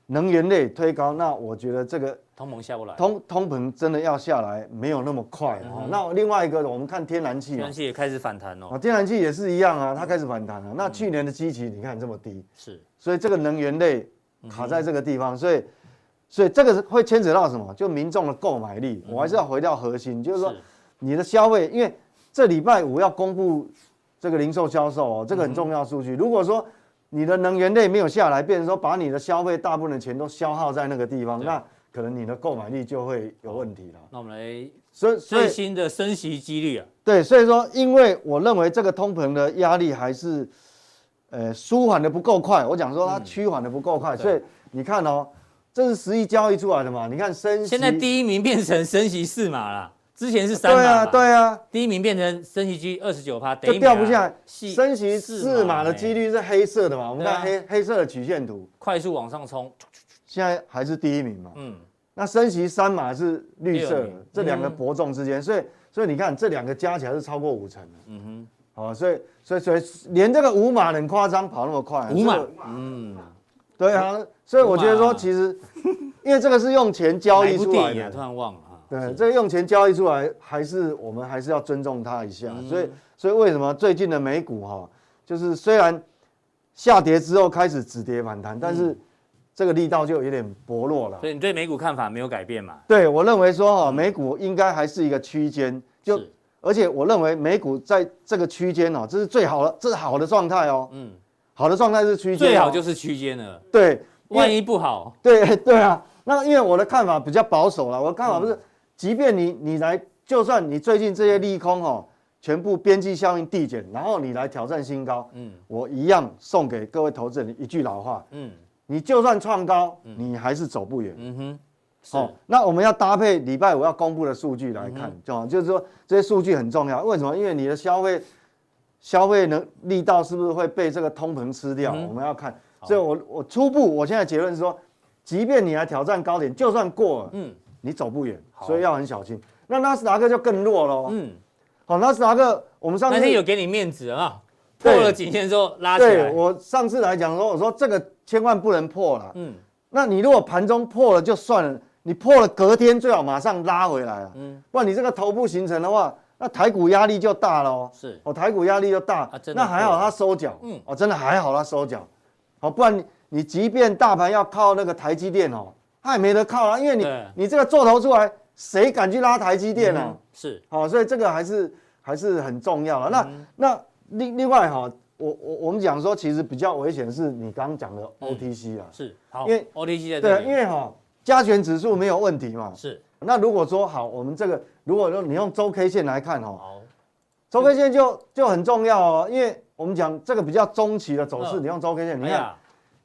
[SPEAKER 4] 能源类推高，那我觉得这个
[SPEAKER 1] 通膨下不来，
[SPEAKER 4] 通通膨真的要下来没有那么快了哦。那另外一个，我们看天然气哦
[SPEAKER 1] 嗯天然气也开始反弹
[SPEAKER 4] 啊，
[SPEAKER 1] 哦，
[SPEAKER 4] 天然气也是一样啊，它开始反弹了。那去年的基期你看这么低，
[SPEAKER 1] 是
[SPEAKER 4] 所以这个能源类卡在这个地方，所以所以这个是会牵扯到什么？就民众的购买力，我还是要回到核心，嗯就是说
[SPEAKER 1] 是
[SPEAKER 4] 你的消费，因为这礼拜五要公布这个零售销售哦，这个很重要数据。如果说你的能源类没有下来，变成说把你的消费大部分的钱都消耗在那个地方，那可能你的购买力就会有问题了。
[SPEAKER 1] 那我们来
[SPEAKER 4] 所以所
[SPEAKER 1] 最
[SPEAKER 4] 以
[SPEAKER 1] 新的升息几率啊，
[SPEAKER 4] 对，所以说，因为我认为这个通膨的压力还是，呃，舒缓的不够快。我讲说它趋缓的不够快，
[SPEAKER 1] 嗯对
[SPEAKER 4] 所以你看哦，这是十一交易出来的嘛？你看升息，
[SPEAKER 1] 现在第一名变成升息四码啦，之前是三码
[SPEAKER 4] 对
[SPEAKER 1] 嘛，
[SPEAKER 4] 啊对啊，
[SPEAKER 1] 第一名变成升息机二十九趴，
[SPEAKER 4] 就掉不下来。
[SPEAKER 1] 系
[SPEAKER 4] 升息四码的几
[SPEAKER 1] 哎
[SPEAKER 4] 率是黑色的嘛？我们
[SPEAKER 1] 对啊
[SPEAKER 4] 看黑黑色的曲线图，
[SPEAKER 1] 快速往上冲，
[SPEAKER 4] 现在还是第一名嘛？
[SPEAKER 1] 嗯，
[SPEAKER 4] 那升息三码是绿色
[SPEAKER 1] 六
[SPEAKER 4] 的
[SPEAKER 1] 年，
[SPEAKER 4] 这两个
[SPEAKER 1] 嗯
[SPEAKER 4] 伯仲之间，所以所以你看这两个加起来是超过五成的，
[SPEAKER 1] 嗯哼，
[SPEAKER 4] 好、所以所以所以连这个五码很夸张，跑那么快、啊，
[SPEAKER 1] 五码
[SPEAKER 4] 所以，
[SPEAKER 1] 嗯，
[SPEAKER 4] 对啊，所以我觉得
[SPEAKER 1] 五
[SPEAKER 4] 说
[SPEAKER 1] 码
[SPEAKER 4] 其实，因为这个是用钱交
[SPEAKER 1] 哪一
[SPEAKER 4] 易
[SPEAKER 1] 部
[SPEAKER 4] 出
[SPEAKER 1] 电
[SPEAKER 4] 来
[SPEAKER 1] 影啊？突
[SPEAKER 4] 的，
[SPEAKER 1] 然忘了啊。
[SPEAKER 4] 对，
[SPEAKER 1] 是
[SPEAKER 4] 这个用钱交易出来，还是我们还是要尊重它一下，
[SPEAKER 1] 嗯
[SPEAKER 4] 所以所以为什么最近的美股哈、就是虽然下跌之后开始止跌反弹，但
[SPEAKER 1] 嗯
[SPEAKER 4] 是这个力道就有点薄弱了
[SPEAKER 1] 所。以你对美股看法没有改变嘛？
[SPEAKER 4] 对我认为说哈、
[SPEAKER 1] 嗯
[SPEAKER 4] 美股应该还是一个区间，就是而且我认为美股在这个区间哦，这是最好的，这是好的状态哦。
[SPEAKER 1] 嗯，
[SPEAKER 4] 好的状态是区间哦、
[SPEAKER 1] 最好就是区间了，
[SPEAKER 4] 对，因为
[SPEAKER 1] 万一不好，
[SPEAKER 4] 对 对啊，那因为我的看法比较保守了，我的看法不
[SPEAKER 1] 嗯
[SPEAKER 4] 是，即便你你来，就算你最近这些利空哦，
[SPEAKER 1] 嗯
[SPEAKER 4] 全部边际效应递减，然后你来挑战新高，
[SPEAKER 1] 嗯
[SPEAKER 4] 我一样送给各位投资人一句老话，
[SPEAKER 1] 嗯
[SPEAKER 4] 你就算创高，你还是走不远。
[SPEAKER 1] 嗯哼，是嗯
[SPEAKER 4] 哦，那我们要搭配礼拜五要公布的数据来看，就就是说这些数据很重要。为什么？因为你的消费消费能力道是不是会被这个通膨吃掉？
[SPEAKER 1] 嗯
[SPEAKER 4] 我们要看。所以我我初步我现在结论是说，即便你来挑战高点，就算过了，
[SPEAKER 1] 嗯
[SPEAKER 4] 你走不远，
[SPEAKER 1] 好
[SPEAKER 4] 所以要很小心。那纳斯达克就更弱喽。
[SPEAKER 1] 嗯，
[SPEAKER 4] 好、纳斯达克我们上
[SPEAKER 1] 那
[SPEAKER 4] 次
[SPEAKER 1] 天有给你面子啊，破
[SPEAKER 4] 对
[SPEAKER 1] 了颈线之后拉起
[SPEAKER 4] 对
[SPEAKER 1] 来，
[SPEAKER 4] 我上次来讲说，我说这个千万不能破了。
[SPEAKER 1] 嗯
[SPEAKER 4] 那你如果盘中破了就算了，你破了隔天最好马上拉回来啊，
[SPEAKER 1] 嗯
[SPEAKER 4] 不然你这个头部形成的话，那台股压力就大了哦。
[SPEAKER 1] 是
[SPEAKER 4] 哦，台股压力就大，
[SPEAKER 1] 啊真的
[SPEAKER 4] 那还好它收脚，
[SPEAKER 1] 嗯
[SPEAKER 4] 嗯，哦，真的还好它收脚，哦，不然你你即便大盘要靠那个台积电哦，它也没得靠啊，因为你
[SPEAKER 1] 对
[SPEAKER 4] 你这个做头出来，谁敢去拉台积电啊？
[SPEAKER 1] 嗯是
[SPEAKER 4] 好、所以这个还是还是很重要了。那、
[SPEAKER 1] 嗯
[SPEAKER 4] 那另另外哈、我我我们讲说，其实比较危险的是你刚刚讲的
[SPEAKER 1] 嗯
[SPEAKER 4] OTC 啊，
[SPEAKER 1] 是好，
[SPEAKER 4] 因为
[SPEAKER 1] OTC 在这
[SPEAKER 4] 对，啊
[SPEAKER 1] 里，
[SPEAKER 4] 因为哈、加权指数没有问题嘛。
[SPEAKER 1] 是
[SPEAKER 4] 那如果说好，我们这个如果说你用周 K 线来看哦，
[SPEAKER 1] 好，
[SPEAKER 4] 周 K 线就就很重要哦，因为我们讲这个比较中期的走势，
[SPEAKER 1] 嗯
[SPEAKER 4] 你用周 K 线，你
[SPEAKER 1] 哎
[SPEAKER 4] 看，
[SPEAKER 1] 呀，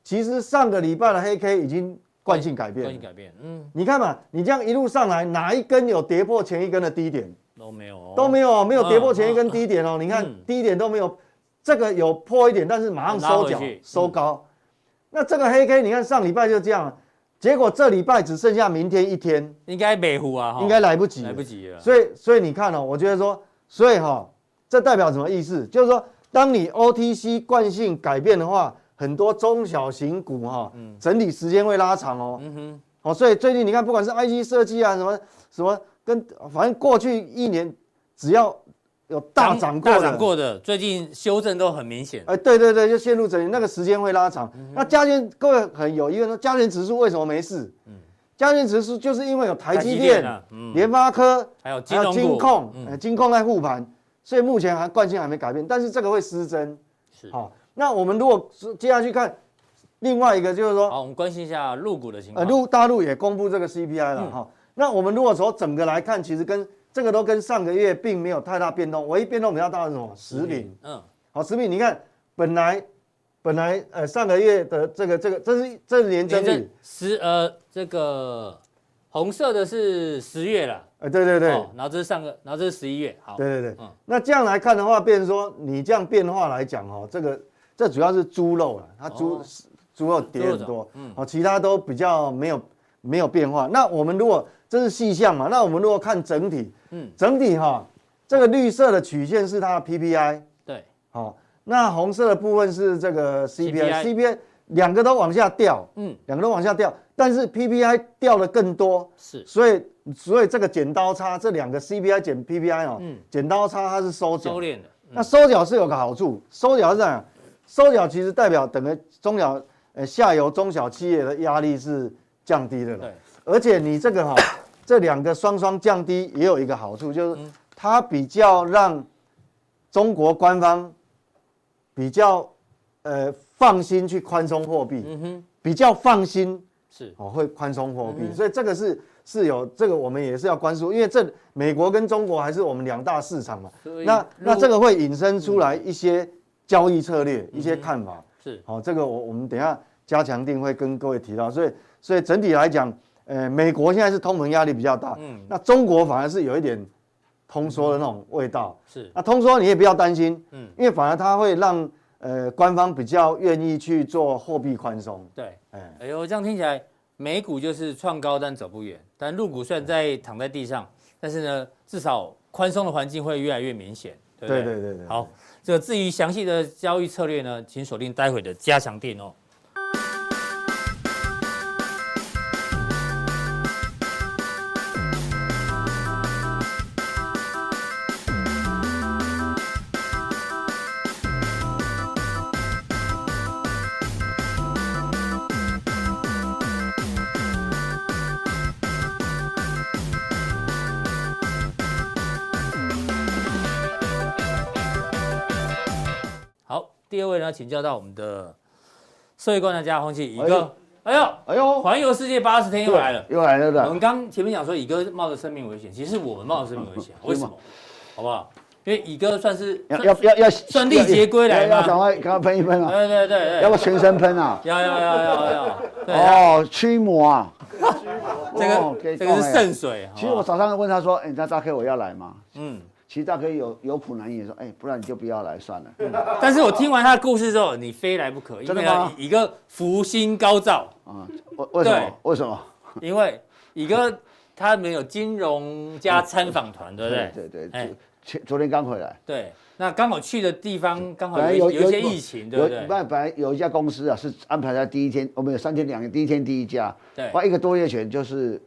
[SPEAKER 4] 其实上个礼拜的黑 K 已经惯性改
[SPEAKER 1] 关于
[SPEAKER 4] 变了。
[SPEAKER 1] 改变，嗯，
[SPEAKER 4] 你看嘛，你这样一路上来，哪一根有跌破前一根的低点？
[SPEAKER 1] 都没有哦，
[SPEAKER 4] 都没有，没有跌破前一
[SPEAKER 1] 嗯
[SPEAKER 4] 根
[SPEAKER 1] 嗯
[SPEAKER 4] 低点哦。你看
[SPEAKER 1] 嗯
[SPEAKER 4] 低点都没有，这个有破一点，但是马上收
[SPEAKER 1] 拉
[SPEAKER 4] 脚
[SPEAKER 1] 回去嗯
[SPEAKER 4] 收高。那这个黑 K，你看上礼拜就这样，结果这礼拜只剩下明天一天，
[SPEAKER 1] 应该北湖啊，哈
[SPEAKER 4] 应该来不及，
[SPEAKER 1] 来不。及了，
[SPEAKER 4] 所以，所以你看哦，我觉得说，所以哈、这代表什么意思？就是说，当你 OTC 惯性改变的话，很多中小型股哈、整理时间会拉长哦。
[SPEAKER 1] 嗯哼，
[SPEAKER 4] 哦，所以最近你看，不管是 IC 设计啊，什么什么，跟反正过去一年只要有大涨过
[SPEAKER 1] 大
[SPEAKER 4] 的，
[SPEAKER 1] 涨过的，最近修正都很明显，
[SPEAKER 4] 哎，对对对，就陷入整理，那个时间会拉长。
[SPEAKER 1] 嗯
[SPEAKER 4] 那加权各位很有疑问说，加权指数为什么没事？
[SPEAKER 1] 嗯
[SPEAKER 4] 加权指数就是因为有台积电、
[SPEAKER 1] 啊，嗯，
[SPEAKER 4] 联发科，
[SPEAKER 1] 还有
[SPEAKER 4] 还
[SPEAKER 1] 金
[SPEAKER 4] 有
[SPEAKER 1] 融股
[SPEAKER 4] 金控，
[SPEAKER 1] 嗯
[SPEAKER 4] 哎金控在护盘，所以目前还惯性还没改变，但是这个会失真。
[SPEAKER 1] 是
[SPEAKER 4] 好、那我们如果是接下去看另外一个，就是说，
[SPEAKER 1] 好，我们关心一下入股的情
[SPEAKER 4] 呃，
[SPEAKER 1] 况。
[SPEAKER 4] 陆大陆也公布这个 CPI
[SPEAKER 1] 嗯
[SPEAKER 4] 了哈、那我们如果从整个来看，其实跟这个都跟上个月并没有太大变动，唯一变动比较大的是什么？食品。，
[SPEAKER 1] 嗯，
[SPEAKER 4] 好，食品你看本来本来呃上个月的这个这个这是这是年增
[SPEAKER 1] 年
[SPEAKER 4] 率
[SPEAKER 1] 增，十呃这个红色的是十月了，
[SPEAKER 4] 呃对对对、
[SPEAKER 1] 哦然后这是上个，然后这是十一月，好，
[SPEAKER 4] 对对对、
[SPEAKER 1] 嗯
[SPEAKER 4] 那这样来看的话，变成说你这样变化来讲哦，这个这主要是猪肉了，它猪、
[SPEAKER 1] 哦
[SPEAKER 4] 猪肉跌很
[SPEAKER 1] 猪肉嗯
[SPEAKER 4] 多，哦，其他都比较没有没有变化。那我们如果这是细项嘛，那我们如果看整体，
[SPEAKER 1] 嗯
[SPEAKER 4] 整体哈、这个绿色的曲线是它的 PPI，
[SPEAKER 1] 对，
[SPEAKER 4] 好、哦那红色的部分是这个
[SPEAKER 1] CPI
[SPEAKER 4] CPI，CPI 两个都往下掉，
[SPEAKER 1] 嗯
[SPEAKER 4] 两个都往下掉，但是 PPI 掉的更多，
[SPEAKER 1] 是
[SPEAKER 4] 所以所以这个剪刀差，这两个 CPI 减 PPI 哦，
[SPEAKER 1] 嗯
[SPEAKER 4] 剪刀差它是收脚
[SPEAKER 1] 收，敛的，
[SPEAKER 4] 那收脚是有个好处，收脚是这样，收脚其实代表等于中小呃下游中小企业的压力是降低的了
[SPEAKER 1] 对，，
[SPEAKER 4] 而且你这个哈、这两个双双降低也有一个好处，就是
[SPEAKER 1] 嗯
[SPEAKER 4] 它比较让中国官方比较呃放心去宽松货币，
[SPEAKER 1] 嗯哼，
[SPEAKER 4] 比较放心
[SPEAKER 1] 是
[SPEAKER 4] 哦，会宽松货
[SPEAKER 1] 嗯
[SPEAKER 4] 币，所以这个是是有这个我们也是要关注，因为这美国跟中国还是我们两大市场嘛
[SPEAKER 1] 所以。
[SPEAKER 4] 那那
[SPEAKER 1] 如
[SPEAKER 4] 这个会引申出来一些交易策略、
[SPEAKER 1] 嗯
[SPEAKER 4] 一些看法。
[SPEAKER 1] 是
[SPEAKER 4] 好、这个我我们等一下加强定会跟各位提到。所以所以整体来讲，呃，美国现在是通膨压力比较大，
[SPEAKER 1] 嗯
[SPEAKER 4] 那中国反而是有一点通缩的那种味道。
[SPEAKER 1] 是，
[SPEAKER 4] 那通缩你也不要担心，
[SPEAKER 1] 嗯
[SPEAKER 4] 因为反而它会让呃官方比较愿意去做货币宽松。
[SPEAKER 1] 对，
[SPEAKER 4] 哎
[SPEAKER 1] 哎呦，这样听起来美股就是创高但走不远，但陆股虽然在
[SPEAKER 4] 哎
[SPEAKER 1] 躺在地上，但是呢，至少宽松的环境会越来越明显，对不
[SPEAKER 4] 对对对对。
[SPEAKER 1] 好，这个至于详细的交易策略呢，请锁定待会的加强店哦。好，第二位呢，请教到我们的社会观察家洪启宇
[SPEAKER 3] 哎
[SPEAKER 1] 哥
[SPEAKER 3] 呦。
[SPEAKER 1] 哎呦，
[SPEAKER 3] 哎呦，
[SPEAKER 1] 环游世界八十天又来了。
[SPEAKER 3] 又来了
[SPEAKER 1] 我
[SPEAKER 3] 的，
[SPEAKER 1] 们刚前面讲说，乙哥冒着生命危险，其实是我们冒着生命危险，
[SPEAKER 4] 啊
[SPEAKER 1] 为什么？好不好？因为乙哥算是
[SPEAKER 3] 要要要要
[SPEAKER 1] 算历劫归来
[SPEAKER 3] 要
[SPEAKER 1] 吗
[SPEAKER 3] 要赶快赶快喷一喷啊，
[SPEAKER 1] 对对对对
[SPEAKER 3] 要不，全身喷啊，
[SPEAKER 1] 要要要要要，对，
[SPEAKER 3] 哦，驱魔啊，哦
[SPEAKER 1] 这
[SPEAKER 3] 可以
[SPEAKER 1] 个这个
[SPEAKER 3] 动
[SPEAKER 1] 是
[SPEAKER 3] 哎
[SPEAKER 1] 圣水。
[SPEAKER 3] 其实我
[SPEAKER 1] 好不好
[SPEAKER 3] 早上问他说，哎，那大哥我要来吗？
[SPEAKER 1] 嗯，
[SPEAKER 3] 其实大哥有有苦难言，说，哎，不然你就不要来算了。
[SPEAKER 1] 但是我听完他的故事之后，你非来不可，因
[SPEAKER 3] 真的
[SPEAKER 1] 为呢
[SPEAKER 3] 吗
[SPEAKER 1] 乙哥福星高照，
[SPEAKER 3] 啊，为为什
[SPEAKER 1] 对
[SPEAKER 3] 么？为什么？
[SPEAKER 1] 因为乙哥他们有金融加参访团，对不对？
[SPEAKER 3] 嗯对对
[SPEAKER 1] 哎
[SPEAKER 3] 对，前昨天刚回来，
[SPEAKER 1] 对，那刚好去的地方刚好
[SPEAKER 3] 本来
[SPEAKER 1] 有一
[SPEAKER 3] 有
[SPEAKER 1] 有一些
[SPEAKER 3] 有
[SPEAKER 1] 疫情，对不对
[SPEAKER 3] 有？本本来有一家公司啊，是安排在第一天，我们有三天两夜，第一天第一家，
[SPEAKER 1] 对
[SPEAKER 3] 哇，一个多月前就是，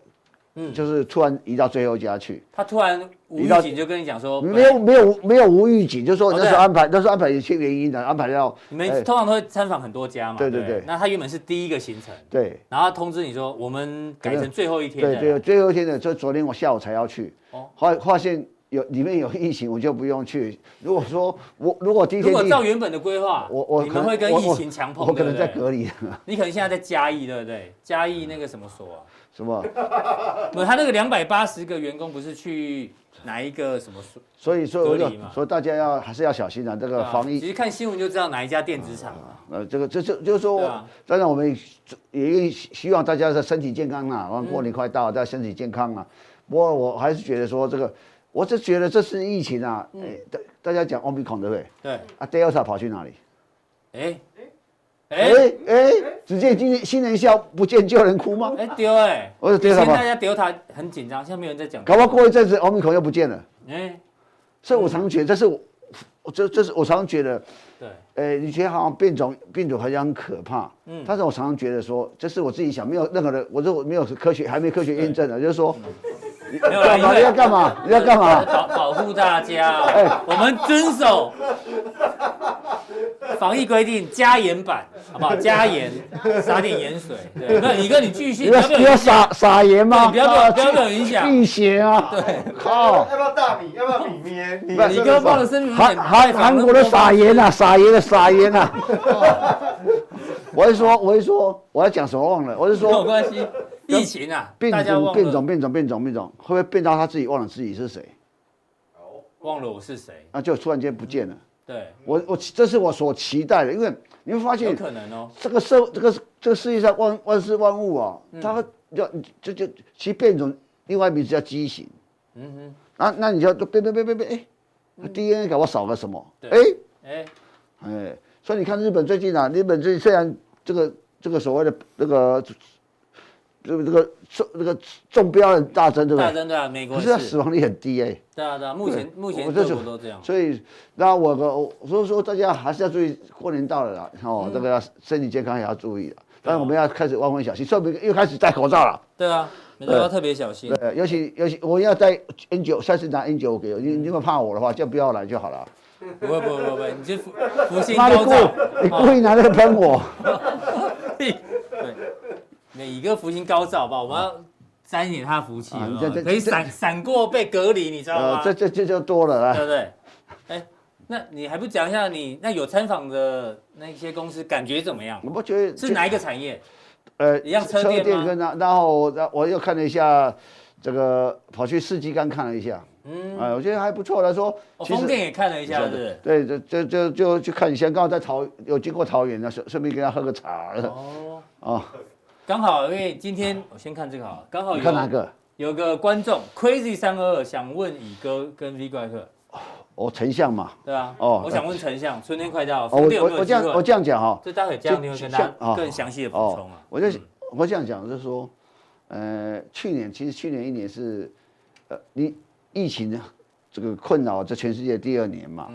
[SPEAKER 1] 嗯
[SPEAKER 3] 就是突然移到最后一家去，
[SPEAKER 1] 他突然无
[SPEAKER 3] 遇
[SPEAKER 1] 预
[SPEAKER 3] 到
[SPEAKER 1] 警就跟你讲说，
[SPEAKER 3] 没有没有没有无预警，就说
[SPEAKER 1] 哦
[SPEAKER 3] 那时
[SPEAKER 1] 对
[SPEAKER 3] 候
[SPEAKER 1] 啊
[SPEAKER 3] 安排，那时候安排有些原因的，安排到
[SPEAKER 1] 你们
[SPEAKER 3] 哎
[SPEAKER 1] 通常都会参访很多家嘛？
[SPEAKER 3] 对对
[SPEAKER 1] 不
[SPEAKER 3] 对
[SPEAKER 1] 那他原本是第一个行程，
[SPEAKER 3] 对
[SPEAKER 1] 然后他通知你说我们改成最后一天
[SPEAKER 3] 对
[SPEAKER 1] 的
[SPEAKER 3] 对，
[SPEAKER 1] 啦。
[SPEAKER 3] 最后一天的，就昨天我下午才要去
[SPEAKER 1] 哦，
[SPEAKER 3] 后来发现有里面有疫情，我就不用去。如果说我如果第一
[SPEAKER 1] 如
[SPEAKER 3] 天
[SPEAKER 1] 果
[SPEAKER 3] 第
[SPEAKER 1] 照原本的规划，
[SPEAKER 3] 我我
[SPEAKER 1] 你
[SPEAKER 3] 可
[SPEAKER 1] 们
[SPEAKER 3] 能
[SPEAKER 1] 会跟
[SPEAKER 3] 我
[SPEAKER 1] 疫
[SPEAKER 3] 我
[SPEAKER 1] 情强碰，
[SPEAKER 3] 我
[SPEAKER 1] 对
[SPEAKER 3] 可
[SPEAKER 1] 不
[SPEAKER 3] 能在
[SPEAKER 1] 对？
[SPEAKER 3] 隔离，
[SPEAKER 1] 你可能现在在嘉义，对不对？嘉义那个什么所啊？
[SPEAKER 3] 什么？
[SPEAKER 1] 不，他那个两百八十个员工不是去哪一个什么所？
[SPEAKER 3] 所以说，
[SPEAKER 1] 隔
[SPEAKER 3] 我
[SPEAKER 1] 离
[SPEAKER 3] 就
[SPEAKER 1] 嘛
[SPEAKER 3] 说大家要还是要小心啊，这个防
[SPEAKER 1] 其
[SPEAKER 3] 疫，
[SPEAKER 1] 实看新闻就知道哪一家电子厂啊嘛。
[SPEAKER 3] 呃，这个这就就是说
[SPEAKER 1] 对啊，
[SPEAKER 3] 当然我们也也希望大家的身体健康啊，然后过年快到了，大家身体健康啊。不过我还是觉得说这个，我是觉得这次疫情啊，
[SPEAKER 1] 嗯
[SPEAKER 3] 哎大大家讲奥密克戎对不对？
[SPEAKER 1] 对，
[SPEAKER 3] 啊，Delta 跑去哪里？
[SPEAKER 1] 哎
[SPEAKER 3] 哎
[SPEAKER 1] 哎
[SPEAKER 3] 哎，只见今年新人笑，不见旧人哭吗？
[SPEAKER 1] 哎丢哎！
[SPEAKER 3] 我是
[SPEAKER 1] 以
[SPEAKER 3] Delta
[SPEAKER 1] 前
[SPEAKER 3] 吧
[SPEAKER 1] 大家丢他很紧张，现在没有人在讲。
[SPEAKER 3] 搞不好过一阵子奥密克戎又不见了。
[SPEAKER 1] 哎，
[SPEAKER 3] 所以我常觉得，这是我，我这这是我常觉得。
[SPEAKER 1] 对，
[SPEAKER 3] 呃，你觉得好像变种病毒好像很可怕，
[SPEAKER 1] 嗯
[SPEAKER 3] 嗯，但是我常常觉得说，这是我自己想，没有任何的，我说我没有科学，还没科学验证的，就是说，你
[SPEAKER 1] 嗯没有啦因
[SPEAKER 3] 干嘛？
[SPEAKER 1] 为
[SPEAKER 3] 你要干嘛？你要干嘛？
[SPEAKER 1] 保保护大家、
[SPEAKER 3] 哎
[SPEAKER 1] 我们遵守防疫规定，加盐版，好 不好？加盐，撒点盐水。对，那你跟你继续，
[SPEAKER 3] 你
[SPEAKER 1] 你要
[SPEAKER 3] 要
[SPEAKER 1] 不要
[SPEAKER 3] 你要撒撒盐吗？
[SPEAKER 1] 你不要不要
[SPEAKER 3] 啊
[SPEAKER 1] 不要不要影响
[SPEAKER 3] 辟邪啊！
[SPEAKER 1] 对，
[SPEAKER 3] 靠！
[SPEAKER 2] 要不要大米？要不要米面？你
[SPEAKER 3] 啊
[SPEAKER 1] 你跟报的声明
[SPEAKER 3] 韩韩韩国的撒盐啊，撒盐的撒盐啊！
[SPEAKER 1] 哦
[SPEAKER 3] 我是说，我是说，我要讲什么忘了？我是
[SPEAKER 1] 没有
[SPEAKER 3] 说，
[SPEAKER 1] 关系，疫情啊，
[SPEAKER 3] 病
[SPEAKER 1] 大家
[SPEAKER 3] 毒
[SPEAKER 1] 忘
[SPEAKER 3] 变种
[SPEAKER 1] 了
[SPEAKER 3] 变种变种变种，会不会变到他自己忘了自己是谁？
[SPEAKER 1] 忘了我是谁，
[SPEAKER 3] 啊，就突然间不见了。
[SPEAKER 1] 对，
[SPEAKER 3] 我我这是我所期待的，因为你会
[SPEAKER 1] 有
[SPEAKER 3] 发现
[SPEAKER 1] 可能哦，
[SPEAKER 3] 这个社这个这个世界上万万事万物啊，
[SPEAKER 1] 嗯
[SPEAKER 3] 它要就就其变种，另外一名字叫畸形。
[SPEAKER 1] 嗯
[SPEAKER 3] 那那你就就变变变变变，哎、d n a 给我少了什么？
[SPEAKER 1] 对
[SPEAKER 3] 哎
[SPEAKER 1] 哼，哎，
[SPEAKER 3] 哎、所以你看日本最近啊，日本最近虽然这个这个所谓的那个这个这个重这个中标很大增，对不
[SPEAKER 1] 大
[SPEAKER 3] 对？
[SPEAKER 1] 真对啊，美国
[SPEAKER 3] 可
[SPEAKER 1] 也
[SPEAKER 3] 是它
[SPEAKER 1] 是
[SPEAKER 3] 死，亡率很低哎、
[SPEAKER 1] 对啊对啊，目前目前
[SPEAKER 3] 我这
[SPEAKER 1] 各
[SPEAKER 3] 就
[SPEAKER 1] 国都这样，
[SPEAKER 3] 所以，那我个我所以说大家还是要注意，过年到了啦，哦，
[SPEAKER 1] 嗯
[SPEAKER 3] 这个要身体健康也要注意了。但是我们要开始万分小心，说不定又开始戴口罩了。
[SPEAKER 1] 对啊，每个都要特别小心。
[SPEAKER 3] 对，尤其尤其我要戴 N 九，下次拿 N 九给我，
[SPEAKER 1] 嗯
[SPEAKER 3] 你你们怕我的话，就不要来就好了。
[SPEAKER 1] 不会不会不会不会，你就福福星
[SPEAKER 3] 妈，你
[SPEAKER 1] 高
[SPEAKER 3] 故
[SPEAKER 1] 照。哦
[SPEAKER 3] 你故意拿那个喷 我，
[SPEAKER 1] 对，每一个福星高照吧，我们要沾一点他的福气，
[SPEAKER 3] 啊
[SPEAKER 1] 有没
[SPEAKER 3] 这
[SPEAKER 1] 有
[SPEAKER 3] 这
[SPEAKER 1] 可以
[SPEAKER 3] 这
[SPEAKER 1] 闪闪过被隔离，你知道
[SPEAKER 3] 呃
[SPEAKER 1] 吗，？
[SPEAKER 3] 这这这就多了
[SPEAKER 1] 对
[SPEAKER 3] 啦。
[SPEAKER 1] 不对？哎，那你还不讲一下你那有参访的那些公司感觉怎么样
[SPEAKER 3] 我？不觉得
[SPEAKER 1] 是哪一个产业？
[SPEAKER 3] 呃
[SPEAKER 1] 一样车店吗
[SPEAKER 3] 跟那，然后然后我又看了一下这个，跑去世纪刚看了一下，
[SPEAKER 1] 嗯，
[SPEAKER 3] 哎，我觉得还不错。他说
[SPEAKER 1] 我
[SPEAKER 3] 其实
[SPEAKER 1] 哦风电也看了一下，是不是？
[SPEAKER 3] 对，就就就就去看一下，刚好在桃有经过桃园的，顺顺便给他喝个茶了
[SPEAKER 1] 哦，
[SPEAKER 3] 哦。
[SPEAKER 1] 刚好因为今天我先看这个好了，刚好
[SPEAKER 3] 你看哪
[SPEAKER 1] 有
[SPEAKER 3] 个？
[SPEAKER 1] 有个观众 Crazy 三二二想问乙哥跟 V 怪客，
[SPEAKER 3] 哦，丞相嘛。
[SPEAKER 1] 对啊，
[SPEAKER 3] 哦
[SPEAKER 1] 我想问丞相，春天快到了，
[SPEAKER 3] 哦，
[SPEAKER 1] 风电
[SPEAKER 3] 我
[SPEAKER 1] 有没
[SPEAKER 3] 我
[SPEAKER 1] 有
[SPEAKER 3] 我
[SPEAKER 1] 机
[SPEAKER 3] 这样我
[SPEAKER 1] 会？
[SPEAKER 3] 这样讲哈。
[SPEAKER 1] 这待会这样你会跟大
[SPEAKER 3] 就
[SPEAKER 1] 家
[SPEAKER 3] 像哦
[SPEAKER 1] 更详细的补充
[SPEAKER 3] 哦
[SPEAKER 1] 啊。，
[SPEAKER 3] 我就我想讲就是说，呃，去年其实去年一年是，呃，你疫情呢这个困扰这全世界第二年嘛。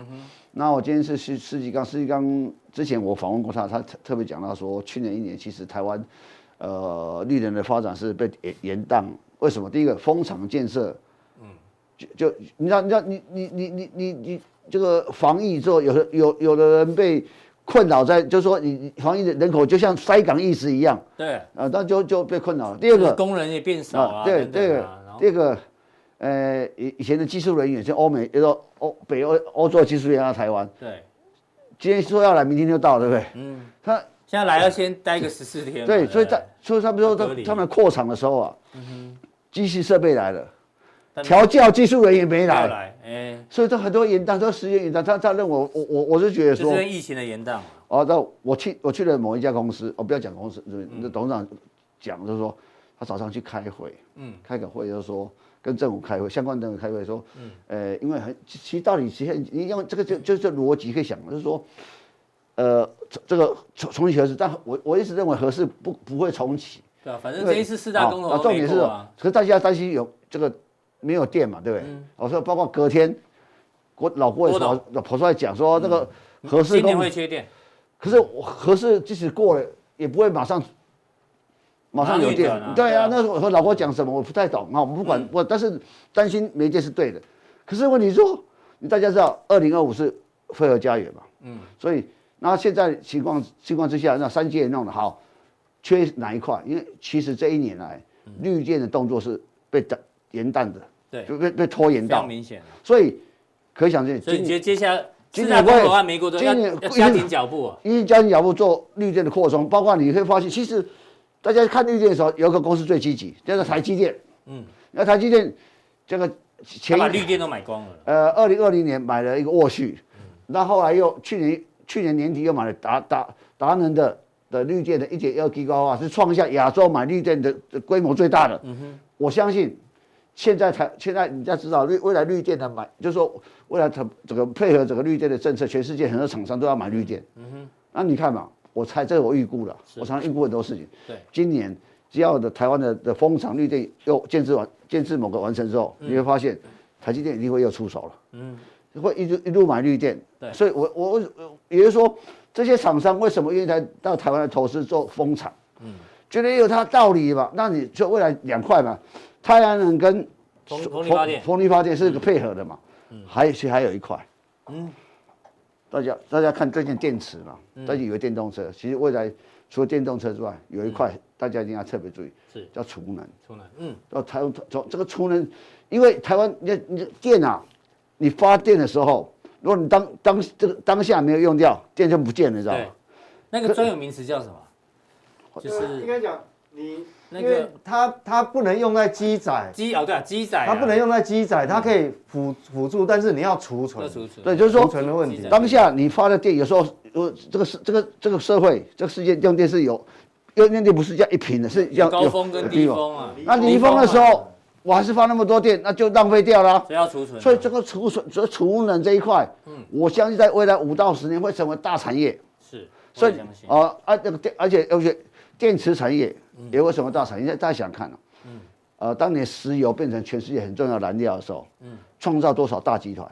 [SPEAKER 3] 那我今天是施施纪刚，施纪刚之前我访问过他，他特特别讲到说，去年一年其实台湾，呃，绿能的发展是被延延宕。为什么？第一个，风场建设，嗯，就就你知道，你知道，你你你你你你这个防疫之后，有的有有的人被困扰在，就是说你你防疫的人口就像塞港意识一样，
[SPEAKER 1] 对，
[SPEAKER 3] 啊，那就就被困扰了。第二个，
[SPEAKER 1] 工人也变少啊，
[SPEAKER 3] 对
[SPEAKER 1] 等等
[SPEAKER 3] 这个
[SPEAKER 1] 啊然后
[SPEAKER 3] 这个，呃，以以前的技术人员，像欧美，也说欧北欧欧洲的技术人员到台湾，
[SPEAKER 1] 对，
[SPEAKER 3] 今天说要来，明天就到，对不对？
[SPEAKER 1] 嗯，
[SPEAKER 3] 他
[SPEAKER 1] 现在来要先待个十四天嘛，
[SPEAKER 3] 对，所以
[SPEAKER 1] 不
[SPEAKER 3] 他所以他们说
[SPEAKER 1] 隔
[SPEAKER 3] 他
[SPEAKER 1] 离
[SPEAKER 3] 他们扩厂的时候啊，机器设备来了，
[SPEAKER 1] 但
[SPEAKER 3] 调教技术人员没
[SPEAKER 1] 没有
[SPEAKER 3] 来，
[SPEAKER 1] 来，哎，
[SPEAKER 3] 所以他很多延宕，都时间延宕。他他认为我我我我是觉得
[SPEAKER 1] 就是
[SPEAKER 3] 说，
[SPEAKER 1] 跟疫情的延宕嘛，
[SPEAKER 3] 哦，那我去我去了某一家公司，我哦不要讲公司，那董事长讲就是说，他早上去开会，
[SPEAKER 1] 嗯
[SPEAKER 3] 嗯，开个会就是说跟政府开会，相关政府开会说，嗯，呃，因为很其其实道理其实你用这个就就是逻辑可以想，就是说，呃，这这个重重启合适，但我我一直认为合适不不会重启，
[SPEAKER 1] 对吧？反正
[SPEAKER 3] 因
[SPEAKER 1] 这
[SPEAKER 3] 为
[SPEAKER 1] 一次四大公
[SPEAKER 3] 啊
[SPEAKER 1] 投
[SPEAKER 3] 啊
[SPEAKER 1] 都
[SPEAKER 3] 重
[SPEAKER 1] 没
[SPEAKER 3] 点是
[SPEAKER 1] 过
[SPEAKER 3] 什
[SPEAKER 1] 啊嗯
[SPEAKER 3] 么，？可是大家担心有这个没有电嘛，对不对？我说包括隔天，郭老郭也
[SPEAKER 1] 郭嗯
[SPEAKER 3] 跑跑出来讲说那个合适
[SPEAKER 1] 今
[SPEAKER 3] 公
[SPEAKER 1] 年会缺电，
[SPEAKER 3] 可是我合适即使过了，也不会马上马上有
[SPEAKER 1] 马上运
[SPEAKER 3] 电
[SPEAKER 1] 转啊。
[SPEAKER 3] 对
[SPEAKER 1] 对啊嗯
[SPEAKER 3] 啊，那时候我和老婆讲什么我不太懂啊，我不管、我，但是担心没电是对的。可是问题是说，你大家知道，二零二五是飞蛾家园嘛，嗯，所以那现在情况情况之下，那三阶也弄得好，缺哪一块？因为其实这一年来，绿电的动作是被等延宕的，
[SPEAKER 1] 嗯对
[SPEAKER 3] 就被被拖延
[SPEAKER 1] 非
[SPEAKER 3] 到
[SPEAKER 1] 常，明显啊。
[SPEAKER 3] 所以可想而知，
[SPEAKER 1] 所以你觉得接下来
[SPEAKER 3] 今
[SPEAKER 1] 四大公
[SPEAKER 3] 今年
[SPEAKER 1] 投
[SPEAKER 3] 会
[SPEAKER 1] 案没过都要
[SPEAKER 3] 今
[SPEAKER 1] 要
[SPEAKER 3] 年
[SPEAKER 1] 加紧脚步啊？
[SPEAKER 3] 因为哦家庭脚步做绿电的扩充，包括你会发现，其实大家看绿电的时候，有一个公司最积极，叫做台积电。
[SPEAKER 1] 嗯
[SPEAKER 3] 嗯，那台积电这个
[SPEAKER 1] 他
[SPEAKER 3] 前
[SPEAKER 1] 把
[SPEAKER 3] 一
[SPEAKER 1] 绿电都买光了，
[SPEAKER 3] 呃，二零二零年买了一个沃旭，那后来又去年去年年底又买了达达达能的的绿电的一点二 G 高啊，是创下亚洲买绿电的的规模最大的。我相信现在台现在你要知道绿未来绿电的买，就是说未来它这个配合整个绿电的政策，全世界很多厂商都要买绿电。那你看嘛，我猜这个我预估了，我常常预估很多事情。
[SPEAKER 1] 对
[SPEAKER 3] 今年只要的台湾的的风场绿电又建制完建制某个完成之后，你会发现台积电一定会又出手了。嗯，会一路一路买绿电。
[SPEAKER 1] 对
[SPEAKER 3] 所以我我我也就是说，这些厂商为什么愿意来到台湾来投资做风场？嗯，觉得也有它的道理嘛。那你就未来两块嘛，太阳能跟
[SPEAKER 1] 风风力发电
[SPEAKER 3] 风力发电是个配合的嘛。嗯，还其实还有一块。大家大家看最近电池嘛，大家以为电动车，其实未来除了电动车之外，有一块大家一定要特别注意，
[SPEAKER 1] 是
[SPEAKER 3] 叫储能。
[SPEAKER 1] 出来，嗯，
[SPEAKER 3] 到台湾从这个储能，因为台湾你你电啊，你发电的时候，如果你当当这个当下没有用掉，电就不见了，你知道
[SPEAKER 1] 对
[SPEAKER 3] 吗？，
[SPEAKER 1] 那个专有名词叫什么？就是
[SPEAKER 4] 应该讲你，
[SPEAKER 1] 那
[SPEAKER 4] 因为
[SPEAKER 1] 个
[SPEAKER 4] 它它不能用在机载，
[SPEAKER 1] 鸡哦，对啊，鸡仔啊，嗯
[SPEAKER 4] 它不能用在机载，它可以辅辅助，但是你要储存
[SPEAKER 1] 要，储存，
[SPEAKER 3] 对，就是
[SPEAKER 4] 储
[SPEAKER 3] 说
[SPEAKER 4] 存的问题
[SPEAKER 1] 机载。
[SPEAKER 3] 当下你发的电，有时候呃，这个是这个这个社会这个世界用电是有用电不是这样一瓶的，是要
[SPEAKER 1] 有高
[SPEAKER 3] 有
[SPEAKER 1] 峰跟
[SPEAKER 3] 有
[SPEAKER 1] 低峰啊，
[SPEAKER 3] 那离峰的时候，我还是发那么多电，那就浪费掉了啊。
[SPEAKER 1] 所以要储存啊，
[SPEAKER 3] 所以这个储存、这储能这一块，
[SPEAKER 1] 嗯
[SPEAKER 3] 我相信在未来五到十年会成为大产业。
[SPEAKER 1] 是，所
[SPEAKER 3] 所以
[SPEAKER 1] 以相信，嗯
[SPEAKER 3] 啊啊，这个电，而且而且电池产业也会成为大产业。大家想看啊，呃，当年石油变成全世界很重要的燃料的时候，
[SPEAKER 1] 嗯
[SPEAKER 3] 创造多少大集团？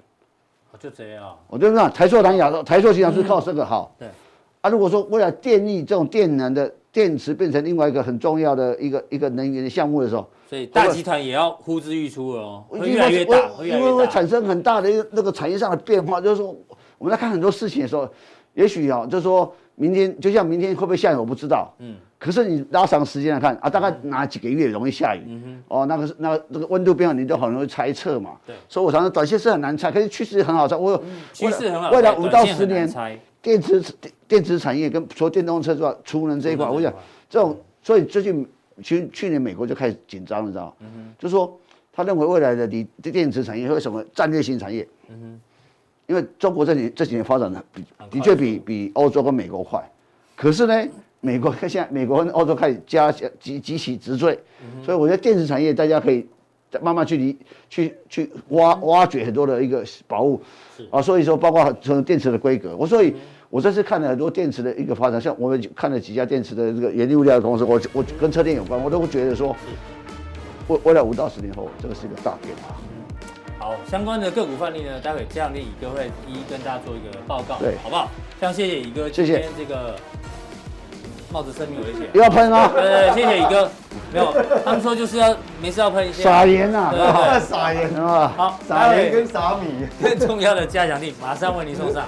[SPEAKER 1] 哦就这样啊，
[SPEAKER 3] 我就讲台塑、南亚、台塑集团是靠这个好。
[SPEAKER 1] 嗯对。
[SPEAKER 3] 啊，如果说未来电力这种电能的电池变成另外一个很重要的一个一个能源的项目的时候，
[SPEAKER 1] 所以大集团也要呼之欲出了哦，会越来越
[SPEAKER 3] 因为
[SPEAKER 1] 大，
[SPEAKER 3] 会
[SPEAKER 1] 会越来
[SPEAKER 3] 因为
[SPEAKER 1] 越
[SPEAKER 3] 会
[SPEAKER 1] 大，嗯
[SPEAKER 3] 产生很大的一个那个产业上的变化，就是说我们在看很多事情的时候，也许啊，就是说明天就像明天会不会下雨，我不知道。嗯。可是你拉长时间来看啊，大概哪几个月容易下雨？
[SPEAKER 1] 嗯
[SPEAKER 3] 哦，那个是那个那个温度变化，你都很容易猜测嘛。
[SPEAKER 1] 对
[SPEAKER 3] 所以我常常短线是很难猜，可是趋势很好猜。我
[SPEAKER 1] 嗯趋势很好，
[SPEAKER 3] 未来
[SPEAKER 1] 对
[SPEAKER 3] 五到
[SPEAKER 1] 短线
[SPEAKER 3] 十
[SPEAKER 1] 很难
[SPEAKER 3] 年，
[SPEAKER 1] 猜
[SPEAKER 3] 电池电电池产业跟除了电动车之外，储能这一块，
[SPEAKER 1] 储能这
[SPEAKER 3] 我
[SPEAKER 1] 一
[SPEAKER 3] 想
[SPEAKER 1] 块
[SPEAKER 3] 这种，所以最近去去年美国就开始紧张了，你知道吗？
[SPEAKER 1] 嗯
[SPEAKER 3] 就说他认为未来的锂电池产业会什么战略性产业？因为中国这几这几年发展的比
[SPEAKER 1] 很快
[SPEAKER 3] 的确比比欧洲跟美国快，可是呢，美国现在美国跟欧洲开始加加集集起直追，
[SPEAKER 1] 嗯
[SPEAKER 3] 所以我觉得电池产业大家可以再慢慢去理去去
[SPEAKER 1] 嗯嗯
[SPEAKER 3] 挖挖掘很多的一个宝物，啊，所以说包括从电池的规格，我所以。我这次看了很多电池的一个发展，像我们看了几家电池的这个原物料的公司，我我跟车电有关，我都会觉得说，未未来五到十年后，这个是一个大变化。
[SPEAKER 1] 好，相关的个股范例呢，待会这样的乙哥会一一跟大家做一个报告，
[SPEAKER 3] 对
[SPEAKER 1] 好不好？非常谢谢乙哥，
[SPEAKER 3] 谢谢
[SPEAKER 1] 这个冒着生命危险，
[SPEAKER 3] 又要喷吗？
[SPEAKER 1] 呃，谢谢乙哥，没有，他们说就是要没事要喷一下，
[SPEAKER 3] 撒盐啊
[SPEAKER 1] 对对
[SPEAKER 3] 呐！
[SPEAKER 1] 对
[SPEAKER 2] 撒盐，
[SPEAKER 3] 啊，
[SPEAKER 1] 好，
[SPEAKER 2] 撒
[SPEAKER 1] 待
[SPEAKER 2] 盐
[SPEAKER 1] 会
[SPEAKER 2] 跟撒米。
[SPEAKER 1] 更重要的嘉奖令马上为您送上。